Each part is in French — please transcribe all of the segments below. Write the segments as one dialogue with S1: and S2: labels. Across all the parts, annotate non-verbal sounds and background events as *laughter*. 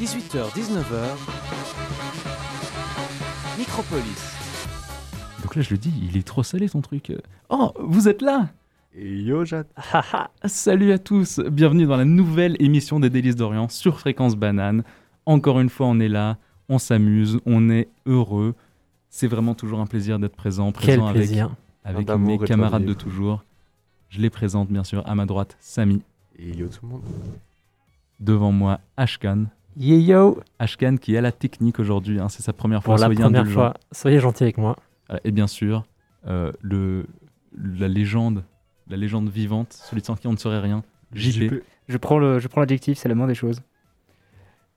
S1: 18h-19h, Micropolis.
S2: Donc là, je le dis, il est trop salé ton truc. Oh, vous êtes là
S3: Et yo, Jade.
S2: Ah, ah, Salut à tous, bienvenue dans la nouvelle émission des Délices d'Orient sur Fréquence Banane. Encore une fois, on est là, on s'amuse, on est heureux. C'est vraiment toujours un plaisir d'être présent,
S4: Quel
S2: présent avec,
S4: plaisir.
S2: avec
S3: Un amour
S2: mes
S3: étoilé.
S2: camarades de toujours. Je les présente bien sûr à ma droite, Samy.
S3: Et yo, tout le monde.
S2: Devant moi, Ashkan.
S4: Yeah, yo
S2: Ashkan qui a la technique aujourd'hui, hein, c'est sa première fois.
S4: Pour la
S2: soyez
S4: première
S2: indulgents.
S4: fois, soyez gentil avec moi.
S2: Voilà, Et bien sûr, euh, le, la légende, la légende vivante, celui sans qui on ne serait rien, *laughs* JP.
S5: Je prends le, je prends l'adjectif, c'est la moindre des choses.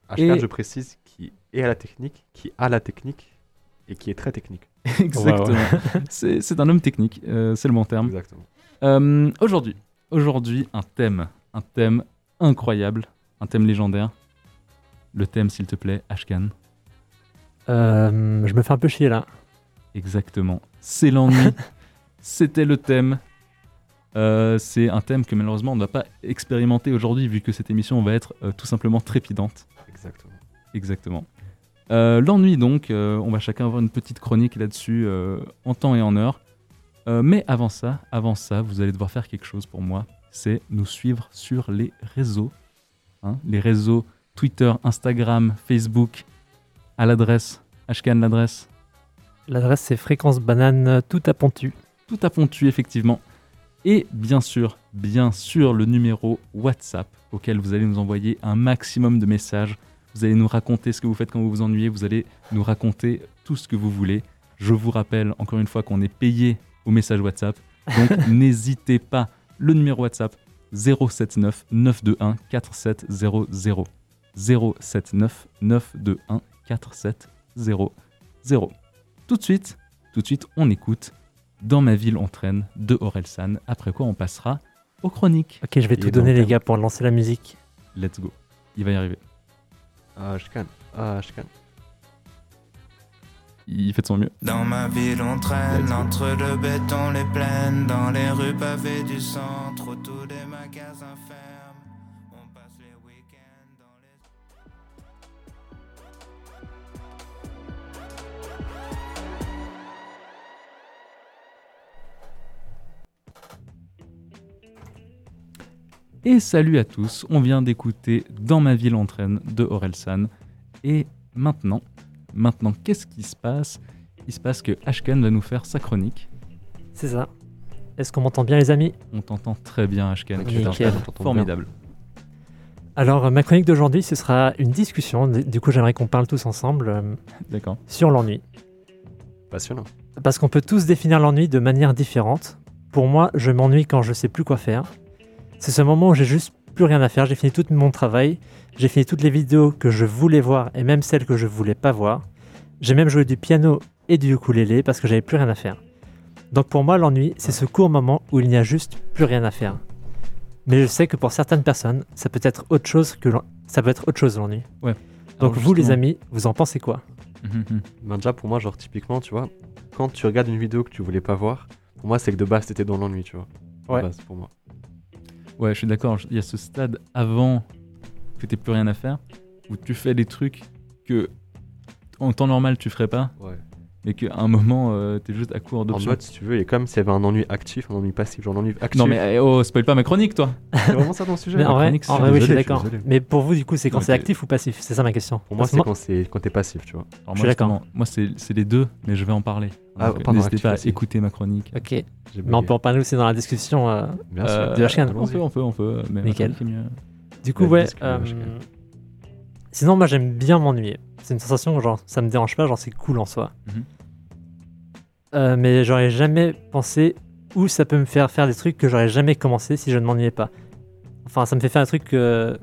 S3: Ashkan,
S2: Et-
S3: je précise, qui est à la technique, qui a la technique et qui est très technique.
S2: Exactement. C'est c'est un homme technique, euh, c'est le bon terme.
S3: Exactement.
S2: Euh, aujourd'hui, aujourd'hui, un thème, un thème incroyable, un thème légendaire. Le thème, s'il te plaît, Ashkan.
S4: Euh, je me fais un peu chier là.
S2: Exactement. C'est l'ennui. C'était le thème. Euh, c'est un thème que malheureusement on ne va pas expérimenter aujourd'hui vu que cette émission va être euh, tout simplement trépidante.
S3: Exactement.
S2: Exactement. Euh, L'ennui, donc, euh, on va chacun avoir une petite chronique là-dessus euh, en temps et en heure. Euh, mais avant ça, avant ça, vous allez devoir faire quelque chose pour moi. C'est nous suivre sur les réseaux. hein, les réseaux Twitter, Instagram, Facebook, à l'adresse, HKN l'adresse.
S4: L'adresse c'est fréquence banane euh, tout à Pontu.
S2: Tout à Pontu, effectivement. Et bien sûr, bien sûr, le numéro WhatsApp auquel vous allez nous envoyer un maximum de messages. Vous allez nous raconter ce que vous faites quand vous vous ennuyez. Vous allez nous raconter tout ce que vous voulez. Je vous rappelle encore une fois qu'on est payé au message WhatsApp. *laughs* Donc n'hésitez pas. Le numéro WhatsApp 079 921 4700. 079 921 4700. Tout de suite, tout de suite, on écoute Dans ma ville on traîne de Orelsan, après quoi on passera aux chroniques.
S4: Ok, je vais
S3: Il
S4: tout
S3: est dans
S4: donner
S3: le
S4: les
S3: thème.
S4: gars pour lancer la musique.
S2: Let's go. Il va y arriver.
S3: Ashkan, Ashkan.
S2: Il fait de son mieux.
S6: Dans ma ville, on traîne entre le béton, les plaines, dans les rues pavées du centre, autour des magasins fermes. On passe les week-ends dans les.
S2: Et salut à tous, on vient d'écouter Dans ma ville en traîne de Orelsan. Et maintenant, maintenant, qu'est-ce qui se passe Il se passe que Ashkan va nous faire sa chronique.
S4: C'est ça. Est-ce qu'on m'entend bien les amis
S2: On t'entend très bien, Ashkan.
S4: Nickel.
S2: Putain,
S4: Nickel.
S3: T'entends bien.
S2: Formidable.
S4: Alors euh, ma chronique d'aujourd'hui ce sera une discussion. Du du coup j'aimerais qu'on parle tous ensemble euh,
S2: D'accord. *laughs*
S4: sur l'ennui.
S3: Passionnant.
S4: Parce qu'on peut tous définir l'ennui de manière différente. Pour moi, je m'ennuie quand je sais plus quoi faire. C'est ce moment où j'ai juste plus rien à faire. J'ai fini tout mon travail. J'ai fini toutes les vidéos que je voulais voir et même celles que je voulais pas voir. J'ai même joué du piano et du ukulélé parce que j'avais plus rien à faire. Donc pour moi, l'ennui, c'est ce court moment où il n'y a juste plus rien à faire. Mais je sais que pour certaines personnes, ça peut être autre chose que l'en- ça peut être autre chose l'ennui.
S2: Ouais.
S4: Donc
S2: Alors,
S4: vous les
S2: justement-
S4: amis, vous en pensez quoi
S2: Mhm, mhm.
S3: Ben déjà, pour moi, genre, typiquement, tu vois, quand tu regardes une vidéo que tu voulais pas voir, pour moi, c'est que de base, t'étais dans l'ennui, tu vois. De
S4: Ouais.
S3: base, pour moi.
S2: Ouais, je suis d'accord. Il y a ce stade avant que t'aies plus rien à faire, où tu fais des trucs que en temps normal tu ferais pas,
S3: Ouais.
S2: mais qu'à un moment euh, t'es juste à court
S3: En
S2: d'options.
S3: mode, si tu veux, et comme s'il y avait un ennui actif, un ennui passif, genre l'ennui actif. *laughs*
S2: Non mais eh, oh, spoil pas ma chronique, toi.
S3: c'est vraiment ça ton
S4: *laughs*
S3: sujet.
S4: Mais en
S2: la
S4: vrai,
S2: chronique,
S4: en
S2: je suis
S4: vrai, oui, je suis
S3: désolé, je suis
S4: d'accord.
S3: désolé.
S4: Mais pour vous, du coup, c'est quand
S2: Non,
S4: c'est
S2: mais-
S4: actif ou passif C'est ça ma question.
S3: Pour moi,
S4: Parce
S3: c'est
S4: que
S3: quand c'est- quand t'es passif, tu vois.
S2: Alors
S4: Je
S2: moi,
S4: suis d'accord.
S2: justement, Moi, c'est c'est les deux, mais je vais en parler.
S3: Ah,
S2: Donc,
S3: pardon,
S2: N'hésitez
S3: actif
S2: pas à
S3: aussi.
S2: écouter ma chronique.
S4: Ok,
S3: J'ai
S4: mais on
S3: bugué.
S4: peut en parler aussi dans la discussion. euh.
S3: Bien
S2: Euh,
S3: sûr.
S4: de la chaîne.
S2: on peut, on peut, on peut. Mais euh, ma
S4: Nickel.
S2: chronique est mieux.
S4: Du coup,
S3: La
S4: ouais.
S3: discussion,
S4: euh,
S3: chacun.
S4: Sinon, moi, j'aime bien m'ennuyer. C'est une sensation, genre, ça me dérange pas, genre, c'est cool en soi.
S2: Mhm.
S4: Euh, mais j'aurais jamais pensé où ça peut me faire faire des trucs que j'aurais jamais commencé si je ne m'ennuyais pas. Enfin, ça me fait faire un truc que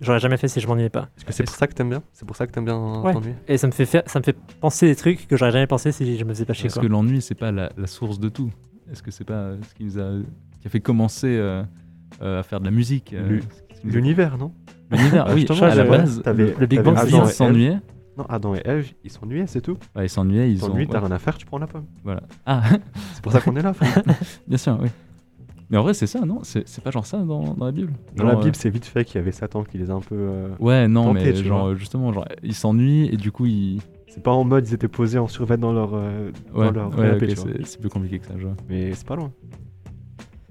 S4: j'aurais jamais fait si je m'ennuyais pas.
S3: Est-ce que c'est pour ça que t'aimes bien C'est pour ça que t'aimes bien
S4: Ouais.
S3: t'ennuyer
S4: Et ça me fait, faire, ça me fait penser des trucs que j'aurais jamais pensé si je me faisais pas chier.
S2: Est-ce
S4: Quoi.
S2: que l'ennui, c'est pas la, la source de tout Est-ce que c'est pas euh, ce qui nous a, qui a fait commencer euh, euh, à faire de la musique euh,
S3: Lu-
S2: ce qui nous a-
S3: L'univers, non
S2: L'univers,
S3: Bah,
S2: oui.
S3: justement,
S2: À la
S4: je-
S2: base,
S3: t'avais-
S2: le, le Big
S3: t'avais
S2: Bang, c'est
S3: Adam
S2: qu'ils
S3: et
S2: s'ennuyaient.
S3: Non, Adam et Eve, ils s'ennuyaient, c'est tout.
S2: Ouais, ils s'ennuyaient, ils ont.
S3: T'ennuies, t'as
S2: ouais, *laughs*
S3: rien à faire, tu prends la pomme.
S2: voilà. Ah,
S3: C'est pour ça qu'on est là, frère.
S2: bien sûr, oui. Mais en vrai, c'est ça, non C'est c'est pas genre ça dans, dans la Bible
S3: *laughs* Dans
S2: Genre,
S3: la
S2: euh,
S3: Bible, c'est vite fait qu'il y avait Satan qui les a un peu. euh,
S2: Ouais, non,
S3: Tenté,
S2: mais
S3: tu
S2: genre,
S3: vois.
S2: euh, justement, genre, ils s'ennuient et du coup, ils.
S3: C'est pas en mode ils étaient posés en survêt dans leur. euh,
S2: Ouais,
S3: dans leur
S2: ouais,
S3: canapé,
S2: ok,
S3: tu vois.
S2: c'est- c'est plus compliqué que ça, je vois.
S3: Mais c'est pas loin.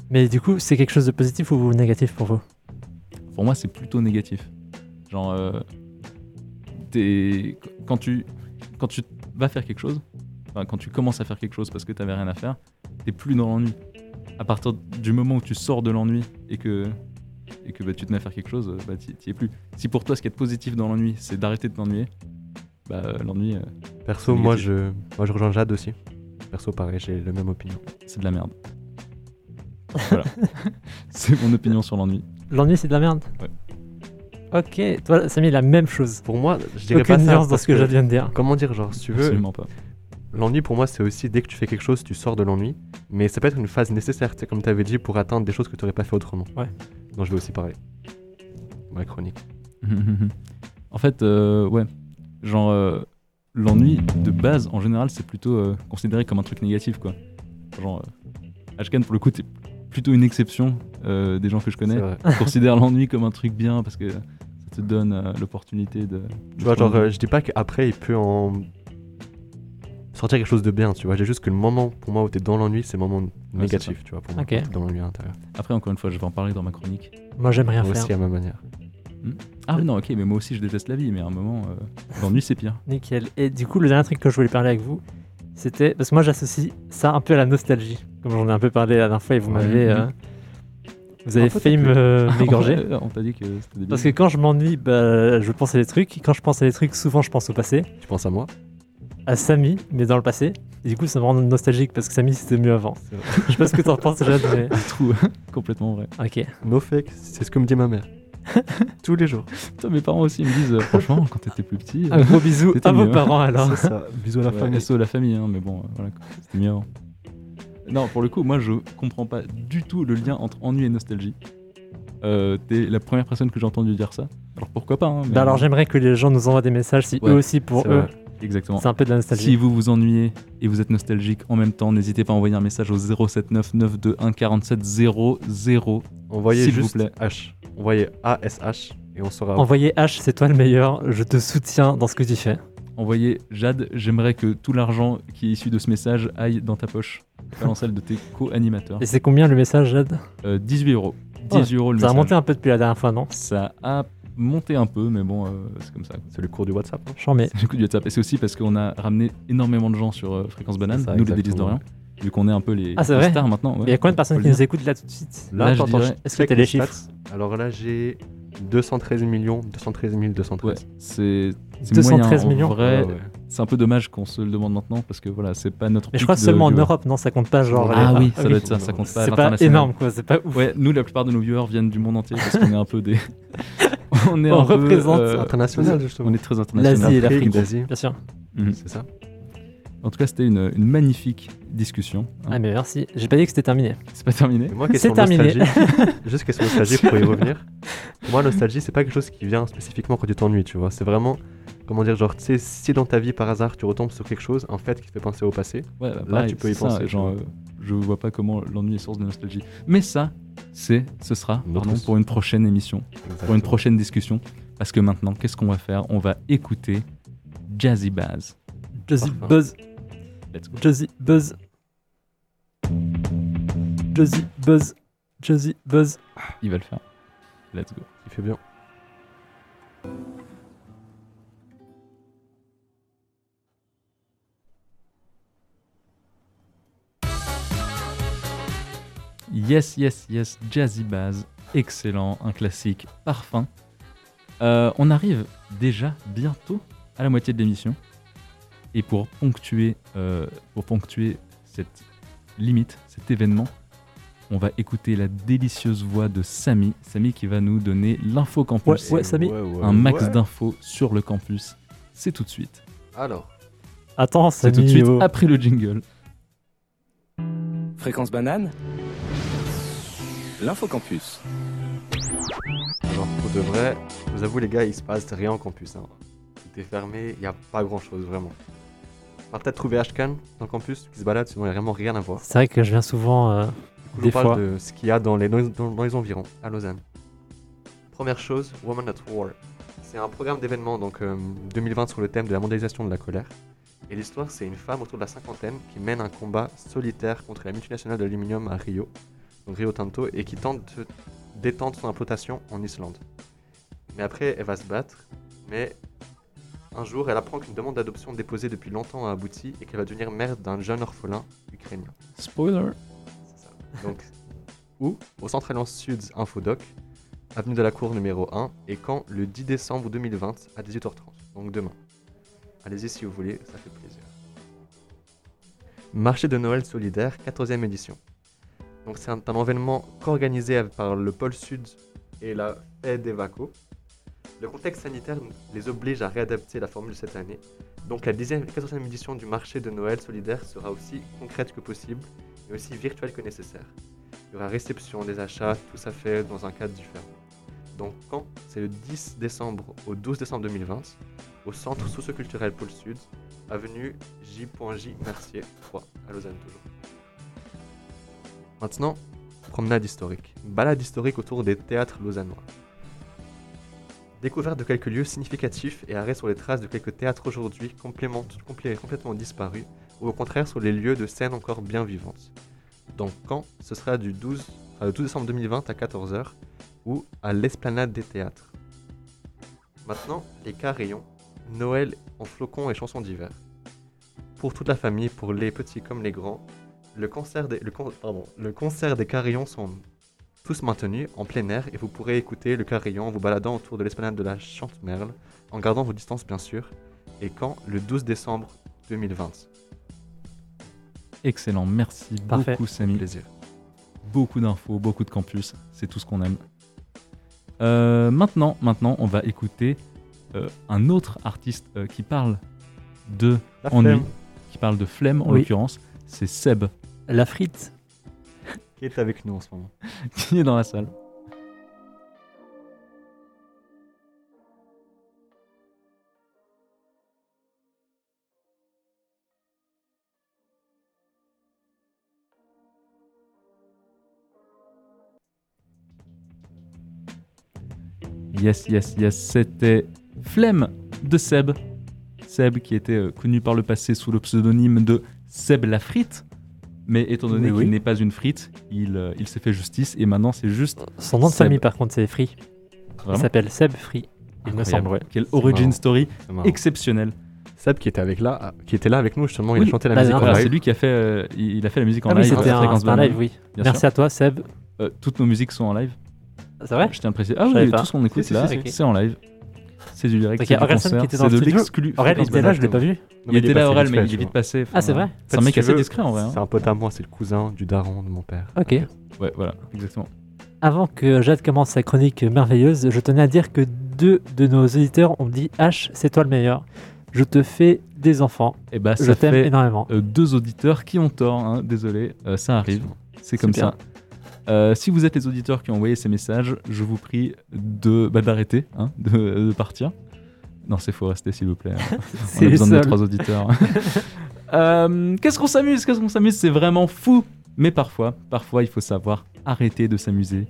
S4: Mais du coup, c'est quelque chose de positif ou négatif pour vous
S2: Pour moi, c'est plutôt négatif. Genre, euh, t'es- quand, tu, quand tu vas faire quelque chose, enfin, quand tu commences à faire quelque chose parce que t'avais rien à faire, t'es plus dans l'ennui. À partir du moment où tu sors de l'ennui et que, et que bah, tu te mets à faire quelque chose, euh, bah, t'y t'y es plus. Si pour toi, ce qui est positif dans l'ennui, c'est d'arrêter de t'ennuyer, bah, euh, l'ennui, euh,
S3: Perso,
S2: C'est
S3: moi
S2: négatif.
S3: je, moi je rejoins Jade aussi. Perso, pareil, j'ai la même opinion.
S2: c'est de la merde. Voilà. c'est mon opinion sur l'ennui.
S4: L'ennui, c'est de la merde
S2: Ouais.
S4: Ok, toi, Samy, la même chose.
S3: Pour moi, je dirais pas
S4: Aucune
S3: ça.
S4: nuance dans
S3: parce
S4: ce que, je viens de dire.
S3: Comment dire, genre, si tu veux,
S2: Absolument pas.
S3: l'ennui pour moi, c'est aussi dès que tu fais quelque chose, tu sors de l'ennui. Mais ça peut être une phase nécessaire, tu sais, comme tu avais dit, pour atteindre des choses que tu n'aurais pas fait autrement.
S4: Ouais.
S3: Donc je vais aussi parler. Ma chronique.
S2: *laughs* en fait, euh, ouais, genre euh, l'ennui de base en général c'est plutôt euh, considéré comme un truc négatif quoi. Genre euh, Ashkan pour le coup t'es plutôt une exception euh, des gens que je
S3: C'est
S2: connais.
S3: vrai.
S2: *laughs* Considère l'ennui comme un truc bien parce que ça te donne euh, l'opportunité de.
S3: Tu vois, genre, euh, je dis pas qu'après il peut en sortir quelque chose de bien, tu vois. J'ai juste que le moment pour moi où t'es dans l'ennui, c'est le moment négatif, tu vois, pour moi.
S4: Ok.
S3: quand t'es dans l'ennui à l'intérieur.
S2: Après encore une fois je vais en parler dans ma chronique.
S4: Moi, j'aime rien
S3: Moi
S4: faire.
S3: aussi à ma manière. Euh.
S2: Ah oui non ok mais moi aussi je déteste la vie mais à un moment euh, l'ennui c'est
S3: *laughs*
S2: pire.
S3: hein.
S4: Nickel. Et du coup, le dernier truc que je voulais parler avec vous, c'était. Parce que moi, j'associe ça un peu à la nostalgie. Comme j'en ai un peu parlé la dernière fois et vous
S2: Ouais.
S4: m'avez. euh, vous avez
S3: Ah,
S2: Un peu,
S4: failli
S2: t'as pu.
S4: me- *laughs* m'égorger.
S3: *laughs*
S2: Ouais, On t'a dit que c'était débile.
S4: Parce
S2: *laughs*
S4: que quand je m'ennuie, bah, je pense à des trucs. Quand je pense à des trucs, souvent, je pense au passé,
S3: Tu penses à moi
S4: à Samy, mais dans le passé. Et du coup, ça me rend nostalgique parce que Samy, c'était mieux avant.
S3: C'est vrai.
S4: *laughs* je sais pas ce que t'en penses, Jade, mais.
S2: je trouve hein. complètement vrai.
S4: Ok.
S3: *laughs* No fake, c'est ce que me dit ma mère. *laughs* Tous les jours.
S2: Putain, mes parents aussi ils me
S3: *laughs*
S2: disent euh, franchement quand t'étais plus petit. euh,
S4: Un
S2: *laughs*
S4: gros bisou
S2: C'était
S4: à vos
S2: mieux.
S4: parents alors.
S3: C'est ça. Bisous à la
S2: Ouais,
S3: famille.
S2: SO la famille, hein, mais bon, euh, voilà, quoi, c'était mieux avant. Non, pour le coup, moi, je comprends pas du tout le lien entre ennui et nostalgie. Euh, T'es la première personne que j'ai entendu dire ça. Alors pourquoi pas hein, mais-
S4: Bah, alors, j'aimerais que les gens nous envoient des messages si
S2: Ouais,
S4: eux aussi, pour
S3: C'est
S4: eux,
S3: vrai.
S2: Exactement.
S4: c'est un peu de la nostalgie.
S2: Si vous vous ennuyez et vous êtes nostalgique en même temps, n'hésitez pas à envoyer un message au 079 921 47 00.
S3: Envoyez
S2: S'il vous
S3: juste
S2: plaît.
S3: H. Envoyez ASH et on saura.
S4: Envoyez H, c'est toi le meilleur, je te soutiens dans ce que tu fais.
S2: Envoyez Jade, j'aimerais que tout l'argent qui est issu de ce message aille dans ta poche, pas dans celle de tes co-animateurs.
S4: Et c'est combien le message, Jade
S2: Euh, 18 euros.
S4: Ouais,
S2: 18 euros le
S4: Ça a
S2: message.
S4: monté un peu depuis la dernière fois, non
S2: Ça a monté un peu, mais bon, euh, c'est comme ça.
S3: C'est le cours du WhatsApp. hein.
S4: J'en mets.
S2: C'est le coup du WhatsApp. Et c'est aussi parce qu'on a ramené énormément de gens sur euh, Fréquence Banane,
S3: C'est ça,
S2: nous les délices
S3: exactement.
S2: d'Orient, vu qu'on est un peu les,
S4: Ah, c'est
S2: les
S4: vrai
S2: stars maintenant. ouais.
S4: Il y a combien de personnes
S2: Faut
S4: qui
S2: le
S4: nous écoutent là tout de suite
S2: Là, je
S3: attends,
S2: dirais-
S4: Est-ce que
S3: check
S4: t'as les
S3: mes
S4: chiffres
S3: stats. Alors là, j'ai 213 millions, 213
S2: dire. Ouais,
S3: 213.
S2: c'est c'est
S4: 213
S2: moyen, en
S4: millions.
S2: vrai.
S3: Ah ouais.
S2: C'est un peu dommage qu'on se le demande maintenant parce que voilà, c'est pas notre.
S4: Mais je
S2: pic
S4: crois que
S2: de
S4: seulement en
S2: viewers.
S4: Europe, non Ça compte pas, genre.
S3: Ah
S4: les-
S3: oui,
S2: ça
S4: ah
S2: doit être ça, ça compte pas. à
S4: C'est pas
S2: l'international.
S4: énorme, quoi. C'est pas ouf.
S2: Ouais, nous, la plupart de nos viewers viennent du monde entier parce qu'on est un peu des. *laughs* on est
S4: On
S2: un peu,
S4: représente
S2: euh,
S3: International, justement.
S2: On est très international.
S4: L'Asie et l'Afrique, gros.
S3: d'Asie.
S4: Bien sûr.
S2: Mhm.
S3: C'est ça.
S2: En tout cas, c'était une, une magnifique discussion. hein.
S4: Ah, mais merci. J'ai pas dit que c'était terminé.
S2: C'est pas terminé.
S3: Et moi,
S4: C'est
S3: question
S4: terminé. *laughs*
S3: nostalgie- Juste question nostalgie pour y revenir. Pour moi, nostalgie, c'est pas quelque chose qui vient spécifiquement quand tu t'ennuies, tu vois. C'est vraiment, comment dire, genre, tu sais, si dans ta vie par hasard tu retombes sur quelque chose, en fait, qui te fait penser au passé,
S2: Ouais, bah,
S3: Là,
S2: pareil,
S3: tu peux y
S2: c'est ça,
S3: penser, tu
S2: Genre,
S3: vois.
S2: euh, je vois pas comment l'ennui est source de nostalgie. Mais ça, c'est, ce sera
S3: Notre
S2: pardon,
S3: sou-
S2: pour une prochaine émission, pour
S3: Exactement.
S2: une prochaine discussion. Parce que maintenant, qu'est-ce qu'on va faire On va écouter Jazzy Baz.
S4: Josie
S3: Parfait.
S4: Buzz.
S2: Let's go.
S4: Josie Buzz. Josie Buzz. Josie Buzz.
S2: Il va le faire. Let's go.
S3: Il fait bien.
S2: Yes, yes, yes, Jazzy Baz, excellent, un classique parfum. Euh, on arrive déjà bientôt à la moitié de l'émission. Et pour ponctuer, euh, pour ponctuer cette limite, cet événement, on va écouter la délicieuse voix de Samy. Samy qui va nous donner l'info campus.
S4: Ouais, Samy.
S2: un max
S3: ouais.
S2: d'infos sur le campus. C'est tout de suite.
S3: Alors,
S4: Attends, oh.
S2: C'est tout de
S4: mis
S2: suite
S4: au-
S2: après le jingle.
S1: Fréquence banane L'infocampus.
S3: alors, pour de vrai, je vous avoue, les gars, il se passe rien en campus. hein. Tout est fermé, il n'y a pas grand chose, vraiment. On va peut-être trouver Ashkan dans le campus qui se balade, sinon il n'y a vraiment rien à voir.
S4: C'est vrai que je viens souvent euh,
S3: je
S4: Des
S3: vous parle
S4: fois.
S3: de ce qu'il y a dans les, dans- dans les environs, à Lausanne. Première chose, Women at War. C'est un programme d'événements, donc euh, 2020 sur le thème de la mondialisation de la colère. Et l'histoire, c'est une femme autour de la cinquantaine qui mène un combat solitaire contre la multinationale de l'aluminium à Rio, donc Rio Tinto, et qui tente de d'étendre son implantation en Islande. Mais après, elle va se battre, mais un jour, elle apprend qu'une demande d'adoption déposée depuis longtemps a abouti et qu'elle va devenir mère d'un jeune orphelin ukrainien.
S2: Spoiler.
S3: C'est ça. Donc, où Au Centre Alliance Sud Infodoc, avenue de la Cour numéro 1, et quand Le 10 décembre 2020 à 18h30, donc demain. Allez-y si vous voulez, ça fait plaisir. Marché de Noël solidaire, 14e édition. Donc c'est un, un événement qu'organisé av- par le Pôle Sud et la Fed des Vacos. Le contexte sanitaire les oblige à réadapter la formule cette année. Donc la 10e et 14e édition du marché de Noël solidaire sera aussi concrète que possible mais aussi virtuel que nécessaire. Il y aura réception des achats, tout ça fait dans un cadre différent. Donc quand C'est le 10 décembre au 12 décembre 2020, au centre socio-culturel Pôle Sud, avenue J.J. Mercier 3, à Lausanne toujours. Maintenant, promenade historique. Balade historique autour des théâtres lausannois. Découverte de quelques lieux significatifs et arrêt sur les traces de quelques théâtres aujourd'hui complément- complé- complètement disparus ou au contraire sur les lieux de scènes encore bien vivantes. Dans Caen, ce sera du 12, enfin, le 12 décembre 2020 à 14h ou à l'esplanade des théâtres. Maintenant, les carillons, Noël en flocons et chansons d'hiver. Pour toute la famille, pour les petits comme les grands, le concert des, le con- pardon, le concert des carillons sont tous maintenus en plein air et vous pourrez écouter le carillon en vous baladant autour de l'esplanade de la Chante-Merle, en gardant vos distances bien sûr, et quand le 12 décembre 2020.
S2: Excellent, merci
S4: Parfait.
S2: beaucoup Samy.
S3: Plaisir.
S2: Beaucoup d'infos, beaucoup de campus, c'est tout ce qu'on aime. Euh, maintenant, maintenant, on va écouter euh, un autre artiste euh, qui parle de
S3: La
S2: ennui,
S3: flemme.
S2: qui parle de flemme en
S4: Oui.
S2: l'occurrence, c'est Seb
S4: La frite.
S3: Qui est avec nous en ce moment
S2: *laughs* qui est dans la salle. Yes, yes, yes, c'était Flemme de Seb. Seb qui était euh, connu par le passé sous le pseudonyme de Seb la frite. Mais étant donné
S4: Oui,
S2: qu'il
S4: oui.
S2: n'est pas une frite, il, euh, il s'est fait justice et maintenant c'est juste
S4: Son nom de
S2: Seb.
S4: famille, par contre, c'est Free.
S2: vraiment
S4: Il s'appelle Seb Free. Il me
S2: incroyable.
S4: semble, ouais.
S2: Quelle origin
S3: marrant.
S2: story exceptionnelle.
S3: Seb qui était, avec là, ah, qui était là avec nous justement, il
S4: Oui,
S3: a chanté la
S4: la
S3: musique en
S2: Voilà, bah, c'est
S3: live.
S2: lui qui a fait, euh, il il a fait la musique en
S4: Ah oui,
S2: live.
S4: c'était
S2: euh,
S4: un,
S2: Fréquence
S4: c'était un
S2: Banane,
S4: live, oui.
S2: bien
S4: Merci
S2: sûr.
S4: à toi, Seb.
S2: Euh, toutes nos musiques sont en live.
S4: C'est vrai
S2: Je tiens à le préciser. Ah
S4: Je
S2: oui,
S4: savais
S2: tout
S4: pas.
S2: ce qu'on écoute
S4: si,
S2: là,
S4: si, si.
S2: c'est en live. C'est du direct,
S4: Donc, il
S2: c'est
S4: y a
S2: du
S4: Orelsan qui
S2: concert,
S4: était dans
S2: c'est de
S4: le studio.
S2: l'exclu.
S4: Aurel, il
S2: Fréquence
S4: était là,
S2: Banane.
S4: je l'ai pas vu.
S3: Non,
S2: Il était là,
S3: passé
S2: Aurel,
S3: vite
S2: mais
S3: fait,
S2: il est
S3: tu
S2: vite
S3: vois.
S2: passé.
S4: Ah, c'est
S2: enfin,
S4: vrai
S2: C'est
S3: En
S2: un
S3: fait,
S2: mec
S3: si tu
S2: assez
S3: veux,
S2: discret en vrai. hein.
S3: C'est un pote à moi, c'est le cousin du daron de mon père.
S4: Ok.
S2: Ouais, voilà, exactement.
S4: Avant que Jade commence sa chronique merveilleuse, je tenais à dire que deux de nos auditeurs ont dit H, c'est toi le meilleur. Je te fais des enfants.
S2: Et bah,
S4: je
S2: ça
S4: t'aime
S2: fait
S4: énormément.
S2: euh, deux auditeurs qui ont tort. hein, Désolé, euh, ça arrive. C'est comme
S4: Super.
S2: ça. Euh, si vous êtes les auditeurs qui ont envoyé ces messages, je vous prie de bah, d'arrêter, hein, de, de partir. Non, c'est faux, rester s'il
S4: *laughs*
S2: vous plaît. On
S4: C'est
S2: a besoin de nos
S4: seul. *laughs*
S2: trois auditeurs. Euh, qu'est-ce qu'on s'amuse Qu'est-ce qu'on s'amuse C'est vraiment fou. Mais parfois, parfois, il faut savoir arrêter de s'amuser,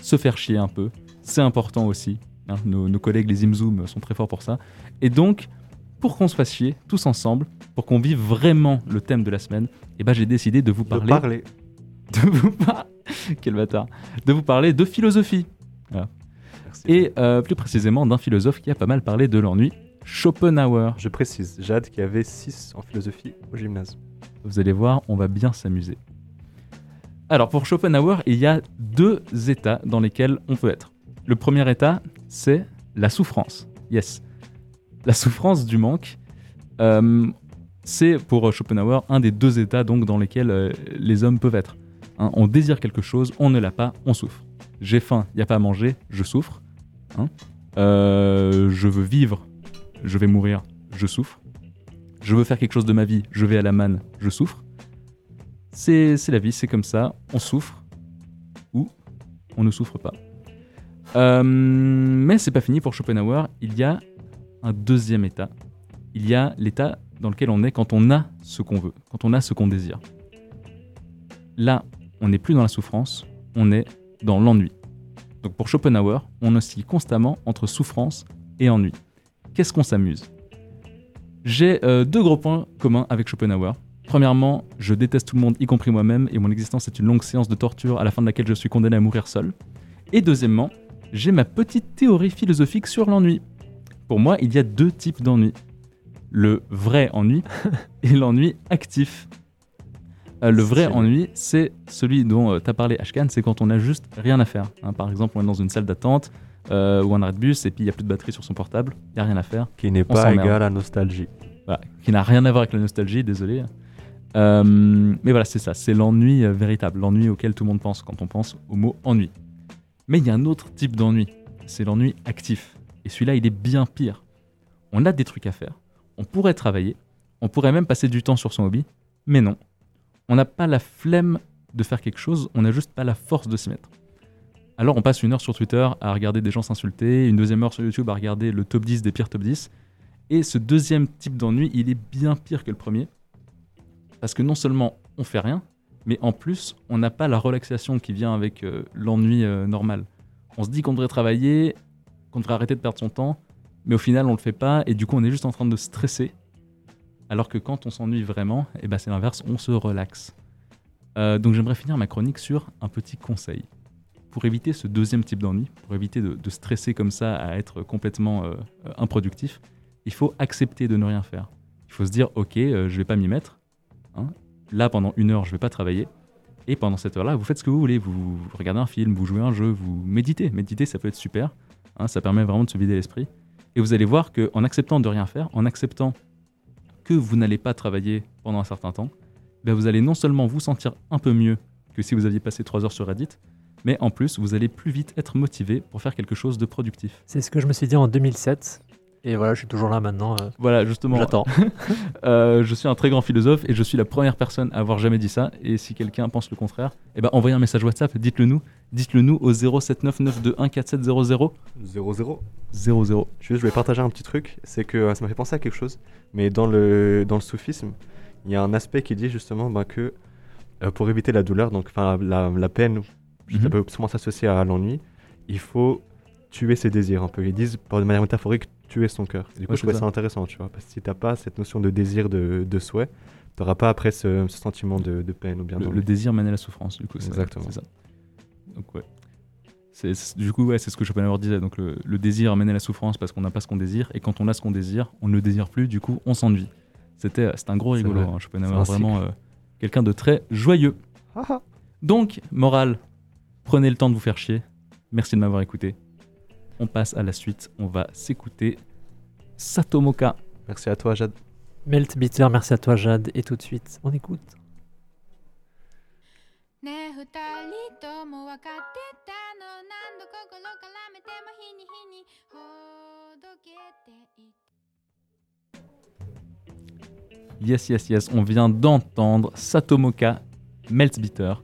S2: se faire chier un peu. C'est important aussi. hein. nos, nos collègues les Imzoom sont très forts pour ça. Et donc, pour qu'on se fasse chier tous ensemble, pour qu'on vive vraiment le thème de la semaine, eh ben, j'ai décidé de vous
S3: De
S2: parler *laughs* de vous par- Quel bâtard. de vous parler de philosophie
S3: Merci.
S2: et euh, plus précisément d'un philosophe qui a pas mal parlé de l'ennui, Schopenhauer.
S3: Je précise, Jade qui avait 6 en philosophie au gymnase.
S2: Vous allez voir, on va bien s'amuser. Alors pour Schopenhauer, il y a deux états dans lesquels on peut être. Le premier état, c'est la souffrance. Yes. La souffrance du manque, euh, c'est pour Schopenhauer un des deux états donc dans lesquels euh, les hommes peuvent être. Hein, on désire quelque chose, on ne l'a pas, on souffre. J'ai faim, il n'y a pas à manger, je souffre. Hein. Euh, je veux vivre, je vais mourir, je souffre. Je veux faire quelque chose de ma vie, je vais à la manne, je souffre. C'est c'est la vie, c'est comme ça, on souffre ou on ne souffre pas. Euh, mais c'est pas fini pour Schopenhauer, il y a un deuxième état. Il y a l'état dans lequel on est quand on a ce qu'on veut, quand on a ce qu'on désire. Là, on n'est plus dans la souffrance, on est dans l'ennui. Donc pour Schopenhauer, on oscille constamment entre souffrance et ennui. Qu'est-ce qu'on s'amuse J'ai euh, deux gros points communs avec Schopenhauer. Premièrement, je déteste tout le monde, y compris moi-même, et mon existence est une longue séance de torture à la fin de laquelle je suis condamné à mourir seul. Et deuxièmement, j'ai ma petite théorie philosophique sur l'ennui. Pour moi, il y a deux types d'ennui. Le vrai ennui et l'ennui actif. Euh, le vrai
S3: Stylé.
S2: ennui, c'est celui dont tu as parlé, Ashkan, c'est quand on n'a juste rien à faire. hein. par exemple, on est dans une salle d'attente euh, ou un arrêt de bus et puis il n'y a plus de batterie sur son portable, il n'y a rien à faire.
S3: Qui n'est
S2: On
S3: pas
S2: s'emmerde.
S3: égal à nostalgie.
S2: Voilà, qui n'a rien à voir avec la nostalgie, désolé. Euh, mais voilà, c'est ça, c'est l'ennui euh, véritable, l'ennui auquel tout le monde pense quand on pense au mot ennui. Mais il y a un autre type d'ennui, c'est l'ennui actif. Et celui-là, il est bien pire. On a des trucs à faire, on pourrait travailler, on pourrait même passer du temps sur son hobby, mais non. On n'a pas la flemme de faire quelque chose, on n'a juste pas la force de s'y mettre. Alors on passe une heure sur Twitter à regarder des gens s'insulter, une deuxième heure sur YouTube à regarder le top 10 des pires top 10, et ce deuxième type d'ennui, il est bien pire que le premier. Parce que non seulement on fait rien, mais en plus, on n'a pas la relaxation qui vient avec euh, l'ennui euh, normal. On se dit qu'on devrait travailler, qu'on devrait arrêter de perdre son temps, mais au final, on le fait pas, et du coup, on est juste en train de stresser. Alors que quand on s'ennuie vraiment, eh ben, c'est l'inverse, on se relaxe. Euh, donc j'aimerais finir ma chronique sur un petit conseil. Pour éviter ce deuxième type d'ennui, pour éviter de, de stresser comme ça à être complètement euh, euh, improductif, il faut accepter de ne rien faire. Il faut se dire, ok, euh, je vais pas m'y mettre. hein. Là, pendant une heure, je vais pas travailler. Et pendant cette heure-là, vous faites ce que vous voulez. Vous, vous regardez un film, vous jouez à un jeu, vous méditez. Méditer, ça peut être super. hein, ça permet vraiment de se vider l'esprit. Et vous allez voir que en acceptant de rien faire, en acceptant que vous n'allez pas travailler pendant un certain temps, ben, vous allez non seulement vous sentir un peu mieux que si vous aviez passé trois heures sur Reddit, mais en plus, vous allez plus vite être motivé pour faire quelque chose de productif.
S4: C'est ce que je me suis dit en 2007. Et voilà, je suis toujours là maintenant. euh,
S2: Voilà, justement.
S4: J'attends.
S2: Euh, je suis un très grand philosophe et je suis la première personne à avoir jamais dit ça. Et si quelqu'un pense le contraire, eh ben envoyez un message WhatsApp, dites-le nous. Dites-le nous au 079 921 4700
S3: 0-0.
S2: 00.
S3: Juste, je voulais partager un petit truc, c'est que euh, ça m'a fait penser à quelque chose, mais dans le, dans le soufisme, il y a un aspect qui dit justement bah, que euh, pour éviter la douleur, donc enfin, la, la peine, ça
S2: Mhm.
S3: peut souvent s'associer à l'ennui, il faut tuer ses désirs un peu. Ils disent, par- de manière métaphorique, tuer son cœur. Du coup,
S2: Ouais,
S3: je trouvais
S2: c'est ça.
S3: ça. intéressant, tu vois, parce que si t'as pas cette notion de désir, de, de souhait, t'auras pas après ce, ce sentiment de, de peine ou bien
S2: Le,
S3: d'ennui.
S2: le désir mène à la souffrance, du coup. c'est-
S3: Exactement.
S2: c'est ça. Donc, ouais. C'est- c'est- du coup, ouais, c'est ce que Schopenhauer disait. Donc, le, le désir mène à la souffrance parce qu'on n'a pas ce qu'on désire. Et quand on a ce qu'on désire, on ne le désire plus. Du coup, on s'ennuie. C'était c'était un gros
S3: C'est
S2: rigolo.
S3: vrai.
S2: hein,
S3: C'est
S2: Schopenhauer,
S3: un cycle. Ah,
S2: vraiment euh, quelqu'un de très joyeux. Donc, morale, prenez le temps de vous faire chier. Merci de m'avoir écouté. On passe à la suite. On va s'écouter Satomoka.
S3: Merci à toi, Jade.
S4: Melt Bitter, merci à toi Jade. Et tout de suite, on écoute.
S1: ねえ二人とも分かってたの何度心からめても日に日にほどけていく
S2: Yes, yes, yes. On vient d'entendre Satomoka, Meltzbiter.